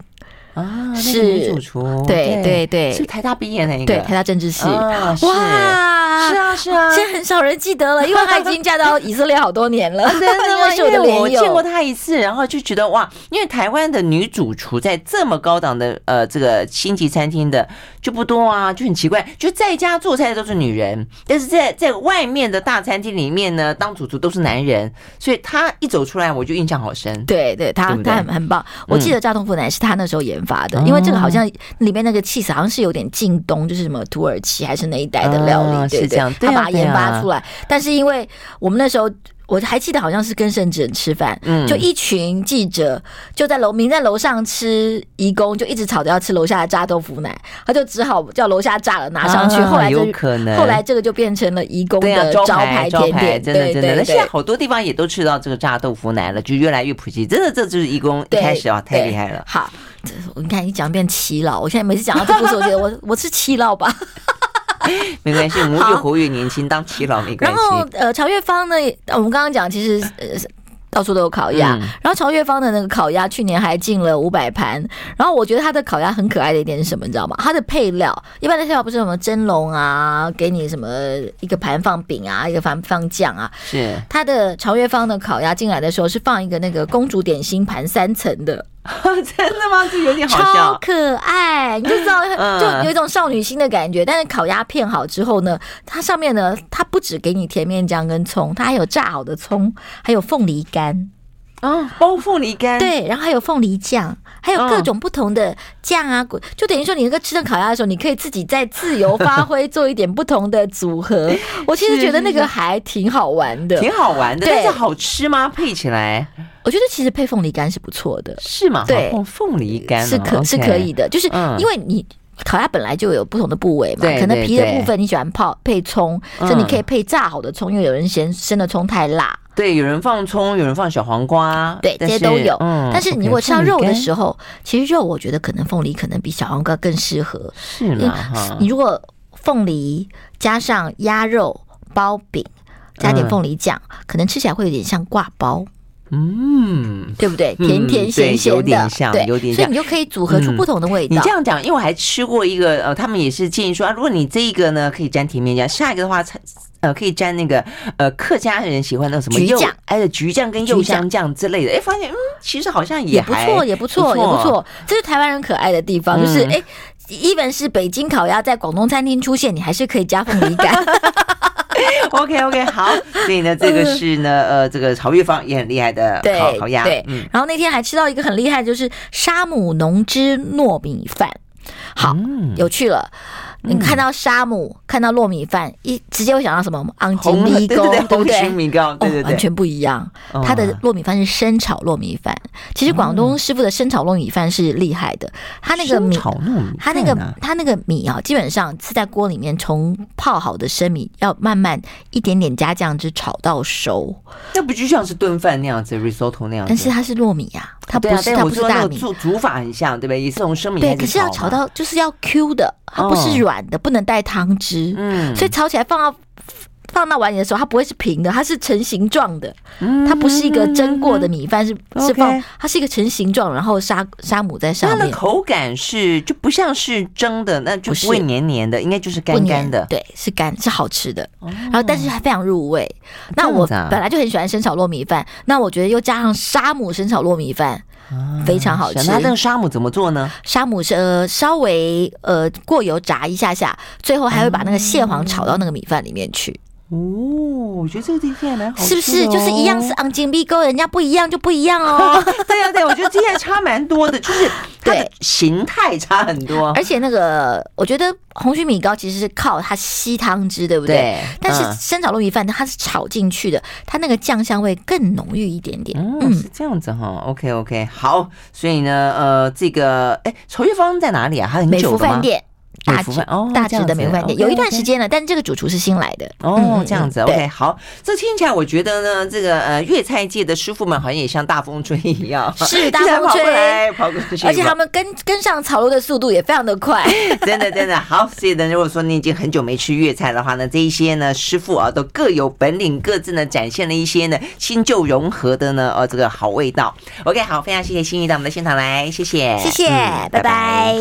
Speaker 1: 啊，那个
Speaker 2: 是
Speaker 1: 女主厨，
Speaker 2: 对对对
Speaker 1: 是台大毕业那一个，
Speaker 2: 对，台大政治系。
Speaker 1: 啊是
Speaker 2: 哇，
Speaker 1: 是啊是啊
Speaker 2: 现在很少人记得了，因为她已经嫁到以色列好多年了。
Speaker 1: 真的吗？
Speaker 2: 因为是我的
Speaker 1: 因为我
Speaker 2: 连友
Speaker 1: 见过她一次，然后就觉得哇，因为台湾的女主厨在这么高档的呃这个星级餐厅的就不多啊，就很奇怪，就在家做菜都是女人，但是在在外面的大餐厅里面呢，当主厨都是男人，所以她一走出来我就印象好深。
Speaker 2: 对对，他
Speaker 1: 对不对嗯哦
Speaker 2: 他很很棒。我记得炸豆腐奶是他那时候研发的，因为这个好像里面那个 cheese 好像是有点近东，就是什么土耳其还是那一带的料理，
Speaker 1: 啊
Speaker 2: 对
Speaker 1: 是
Speaker 2: 对
Speaker 1: 这样对啊
Speaker 2: 他把它
Speaker 1: 对啊
Speaker 2: 研发出来。但是因为我们那时候。我还记得好像是跟圣职人吃饭，
Speaker 1: 嗯
Speaker 2: 就一群记者就在楼明在楼上吃义工，就一直吵着要吃楼下的炸豆腐奶，他就只好叫楼下炸了拿上去。
Speaker 1: 啊
Speaker 2: 后来就
Speaker 1: 有可能
Speaker 2: 后来这个就变成了义工
Speaker 1: 对啊，
Speaker 2: 的
Speaker 1: 招
Speaker 2: 招
Speaker 1: 牌招
Speaker 2: 甜
Speaker 1: 牌，
Speaker 2: 点，
Speaker 1: 真的
Speaker 2: 对
Speaker 1: 真的。
Speaker 2: 对
Speaker 1: 那现在
Speaker 2: 对。
Speaker 1: 好多地方也都吃到这个炸豆腐奶了，就越来越普及。真的，这就是义工一
Speaker 2: 对
Speaker 1: 开始啊，太
Speaker 2: 对
Speaker 1: 厉害了。
Speaker 2: 好，这我你看你讲变七老，我现在每次讲到这故事，我觉得我我是七 老吧。
Speaker 1: 没关系，我们越活越年轻，当耆老没关
Speaker 2: 然
Speaker 1: 系。
Speaker 2: 后呃，曹月芳呢，也我们刚刚讲其实呃。到处都有烤鸭，
Speaker 1: 嗯
Speaker 2: 然后曹月芳的那个烤鸭去年还进了五百盘。然后我觉得他的烤鸭很可爱的一点是什么，你知道吗？它的配料，一般的配料不是什么蒸笼啊，给你什么一个盘放饼啊，一个盘放酱啊。
Speaker 1: 是
Speaker 2: 它的曹月芳的烤鸭进来的时候是放一个那个公主点心盘三层的，
Speaker 1: 真的吗？这有点好
Speaker 2: 超
Speaker 1: 笑。
Speaker 2: 可爱，你就 知道，
Speaker 1: 嗯
Speaker 2: 就有一种少女心的感觉。但是烤鸭片好之后呢，它上面呢，它不只给你甜面酱跟葱，它还有炸好的葱，还有凤梨干，
Speaker 1: 啊，包凤梨干，，
Speaker 2: 嗯对，然后还有凤梨酱，还有各种不同的酱啊，
Speaker 1: 嗯
Speaker 2: 就等于说你那个吃那烤鸭的时候，你可以自己再自由发挥，做一点不同的 组合。我其实觉得那个还挺好玩的，
Speaker 1: 挺好玩的。
Speaker 2: 对
Speaker 1: 但是好吃吗？配起来
Speaker 2: 我觉得其实配凤梨干是不错的。
Speaker 1: 是吗？
Speaker 2: 对
Speaker 1: 哦凤梨干哦
Speaker 2: 是可
Speaker 1: OK
Speaker 2: 是可以的，就是
Speaker 1: 嗯
Speaker 2: 因为你。烤鸭本来就有不同的部位嘛，
Speaker 1: 对
Speaker 2: 可能
Speaker 1: 对
Speaker 2: 皮的
Speaker 1: 对
Speaker 2: 部分你喜欢泡配葱，所以你
Speaker 1: 嗯
Speaker 2: 可以配炸好的葱，因为有人嫌生的葱太辣，
Speaker 1: 对，有人放葱，有人放小黄瓜，
Speaker 2: 对，这
Speaker 1: 但
Speaker 2: 些
Speaker 1: 是
Speaker 2: 都有。
Speaker 1: 嗯
Speaker 2: 但是你如果吃到
Speaker 1: OK，
Speaker 2: 肉的
Speaker 1: 凤梨
Speaker 2: 时候，其实肉我觉得可能凤梨可能比小黄瓜更适合，
Speaker 1: 干
Speaker 2: 因
Speaker 1: 是
Speaker 2: 为
Speaker 1: 啦哈
Speaker 2: 你，如果凤梨加上鸭肉包饼，加点
Speaker 1: 嗯
Speaker 2: 凤梨酱，可能吃起来会有点像挂包。
Speaker 1: 嗯。
Speaker 2: 对不对？
Speaker 1: 嗯
Speaker 2: 甜甜咸咸
Speaker 1: 对有
Speaker 2: 的，
Speaker 1: 点像
Speaker 2: 对
Speaker 1: 有点
Speaker 2: 所以
Speaker 1: 像
Speaker 2: 你就可以组合出
Speaker 1: 嗯
Speaker 2: 不同的味道。
Speaker 1: 你这样讲，因为我还吃过一个，呃，他们也是建议说，啊、如果你这一个呢可以沾甜面酱，下一个的话，呃，可以沾那个呃客家人喜欢的什么
Speaker 2: 橘
Speaker 1: 柚
Speaker 2: 酱，
Speaker 1: 哎，橘酱跟柚
Speaker 2: 橘酱
Speaker 1: 香酱之类的，哎，发现嗯，其实好像
Speaker 2: 也不
Speaker 1: 还
Speaker 2: 错，也不错，也不错。这是台湾人可爱的地方，就是
Speaker 1: 嗯
Speaker 2: 哎。一本是北京烤鸭在广东餐厅出现，你还是可以加凤梨 干。
Speaker 1: OK OK，好，所以呢，这个是呢，呃，这个曹玉芳也很厉害的
Speaker 2: 嗯对
Speaker 1: 烤烤鸭，
Speaker 2: 对
Speaker 1: 嗯，
Speaker 2: 然后那天还吃到一个很厉害，就是沙姆浓汁糯米饭，好
Speaker 1: 嗯
Speaker 2: 有趣了。你看到沙姆，看到糯米饭，一直接会想到什么？昂吉
Speaker 1: 红
Speaker 2: 米
Speaker 1: 对
Speaker 2: 糕，
Speaker 1: 对
Speaker 2: 对不
Speaker 1: 红曲
Speaker 2: 对？
Speaker 1: 米糕，对对
Speaker 2: 哦，完
Speaker 1: 对，
Speaker 2: 全不一样。
Speaker 1: 哦嗯
Speaker 2: 它的糯米饭是生炒糯米饭，其实广东师傅的生炒糯米饭是厉害的，它那个
Speaker 1: 生
Speaker 2: 米
Speaker 1: 炒糯米，
Speaker 2: 它那个它那个米啊，基本上是在锅里面从泡好的生米，要慢慢一点点加酱汁炒到熟。
Speaker 1: 那不就像是炖饭那样子，risotto 那样子，
Speaker 2: 但是它是糯米呀、啊，它不
Speaker 1: 对啊
Speaker 2: 是、
Speaker 1: 但
Speaker 2: 它
Speaker 1: 我
Speaker 2: 不是
Speaker 1: 说那
Speaker 2: 大
Speaker 1: 个
Speaker 2: 米。
Speaker 1: 做煮法很像，对不对？也是从生米
Speaker 2: 对，
Speaker 1: 开
Speaker 2: 可
Speaker 1: 始
Speaker 2: 是要炒
Speaker 1: 炒嘛，
Speaker 2: 到就是要 Q 的，它不是
Speaker 1: 哦
Speaker 2: 软的，不能带汤汁，
Speaker 1: 嗯，
Speaker 2: 所以炒起来放到放到碗里的时候，它不会是平的，它是成形状的，它不是一
Speaker 1: 嗯
Speaker 2: 个蒸过的米饭，是是
Speaker 1: OK
Speaker 2: 放它是一个成形状，然后沙沙姆在
Speaker 1: 它
Speaker 2: 上
Speaker 1: 的
Speaker 2: 面，
Speaker 1: 口感是就不像是蒸的，那就
Speaker 2: 不是
Speaker 1: 不会黏黏的，应该就是
Speaker 2: 不
Speaker 1: 干
Speaker 2: 黏
Speaker 1: 干的。哦
Speaker 2: 对，是干是好吃的。然后但是还非常入味。
Speaker 1: 这
Speaker 2: 那
Speaker 1: 样
Speaker 2: 我
Speaker 1: 子啊
Speaker 2: 本来就很喜欢生炒糯米饭，那我觉得又加上沙姆生炒糯米饭，非常好吃
Speaker 1: 啊是。那那个沙姆怎么做呢？
Speaker 2: 沙姆是呃稍微呃过油炸一下下，最后还会把那个蟹黄炒到那个米饭里面去，
Speaker 1: 哦，我觉得这个地方也蛮好吃
Speaker 2: 是
Speaker 1: 的
Speaker 2: 不
Speaker 1: 哦，
Speaker 2: 是？就是一样是昂金币勾，人家不一样就不一样 哦。
Speaker 1: 对啊呀、对、呀，我觉得这些差蛮多的，就是它的
Speaker 2: 对
Speaker 1: 形态差很多。
Speaker 2: 而且那个我觉得红曲米糕其实是靠它吸汤汁，对不对？
Speaker 1: 对
Speaker 2: 但是
Speaker 1: 嗯
Speaker 2: 生炒糯米饭它是炒进去的，它那个酱香味更浓郁一点点。
Speaker 1: 嗯，是这样子哈。OK OK，好，所以呢，呃，这个哎，曹玉芳在哪里啊？还很
Speaker 2: 美
Speaker 1: 久
Speaker 2: 福
Speaker 1: 的吗
Speaker 2: 饭？店。
Speaker 1: 美
Speaker 2: 大
Speaker 1: 福
Speaker 2: 直
Speaker 1: 饭哦
Speaker 2: 大
Speaker 1: 这
Speaker 2: 直
Speaker 1: 样
Speaker 2: 的美
Speaker 1: 子
Speaker 2: 福饭店
Speaker 1: OK，
Speaker 2: 有一段
Speaker 1: OK
Speaker 2: 时间了，但这个主厨是新来的
Speaker 1: 哦
Speaker 2: 嗯，
Speaker 1: 这样子
Speaker 2: 嗯对
Speaker 1: ，OK，好，这听起来我觉得呢，这个呃，粤菜界的师傅们好像也像大风吹一样，
Speaker 2: 是大
Speaker 1: 经常
Speaker 2: 风
Speaker 1: 跑过
Speaker 2: 吹
Speaker 1: 来跑过去，
Speaker 2: 而且他们跟跟上潮流的速度也非常的快。
Speaker 1: 真的真的好，所以呢，如果说你已经很久没吃粤菜的话呢，这一些呢师傅啊都各有本领，各自呢展现了一些呢新旧融合的呢呃这个好味道。OK，好，非常谢谢心怡到我们的现场来，谢谢，
Speaker 2: 谢谢，
Speaker 1: 嗯
Speaker 2: 拜拜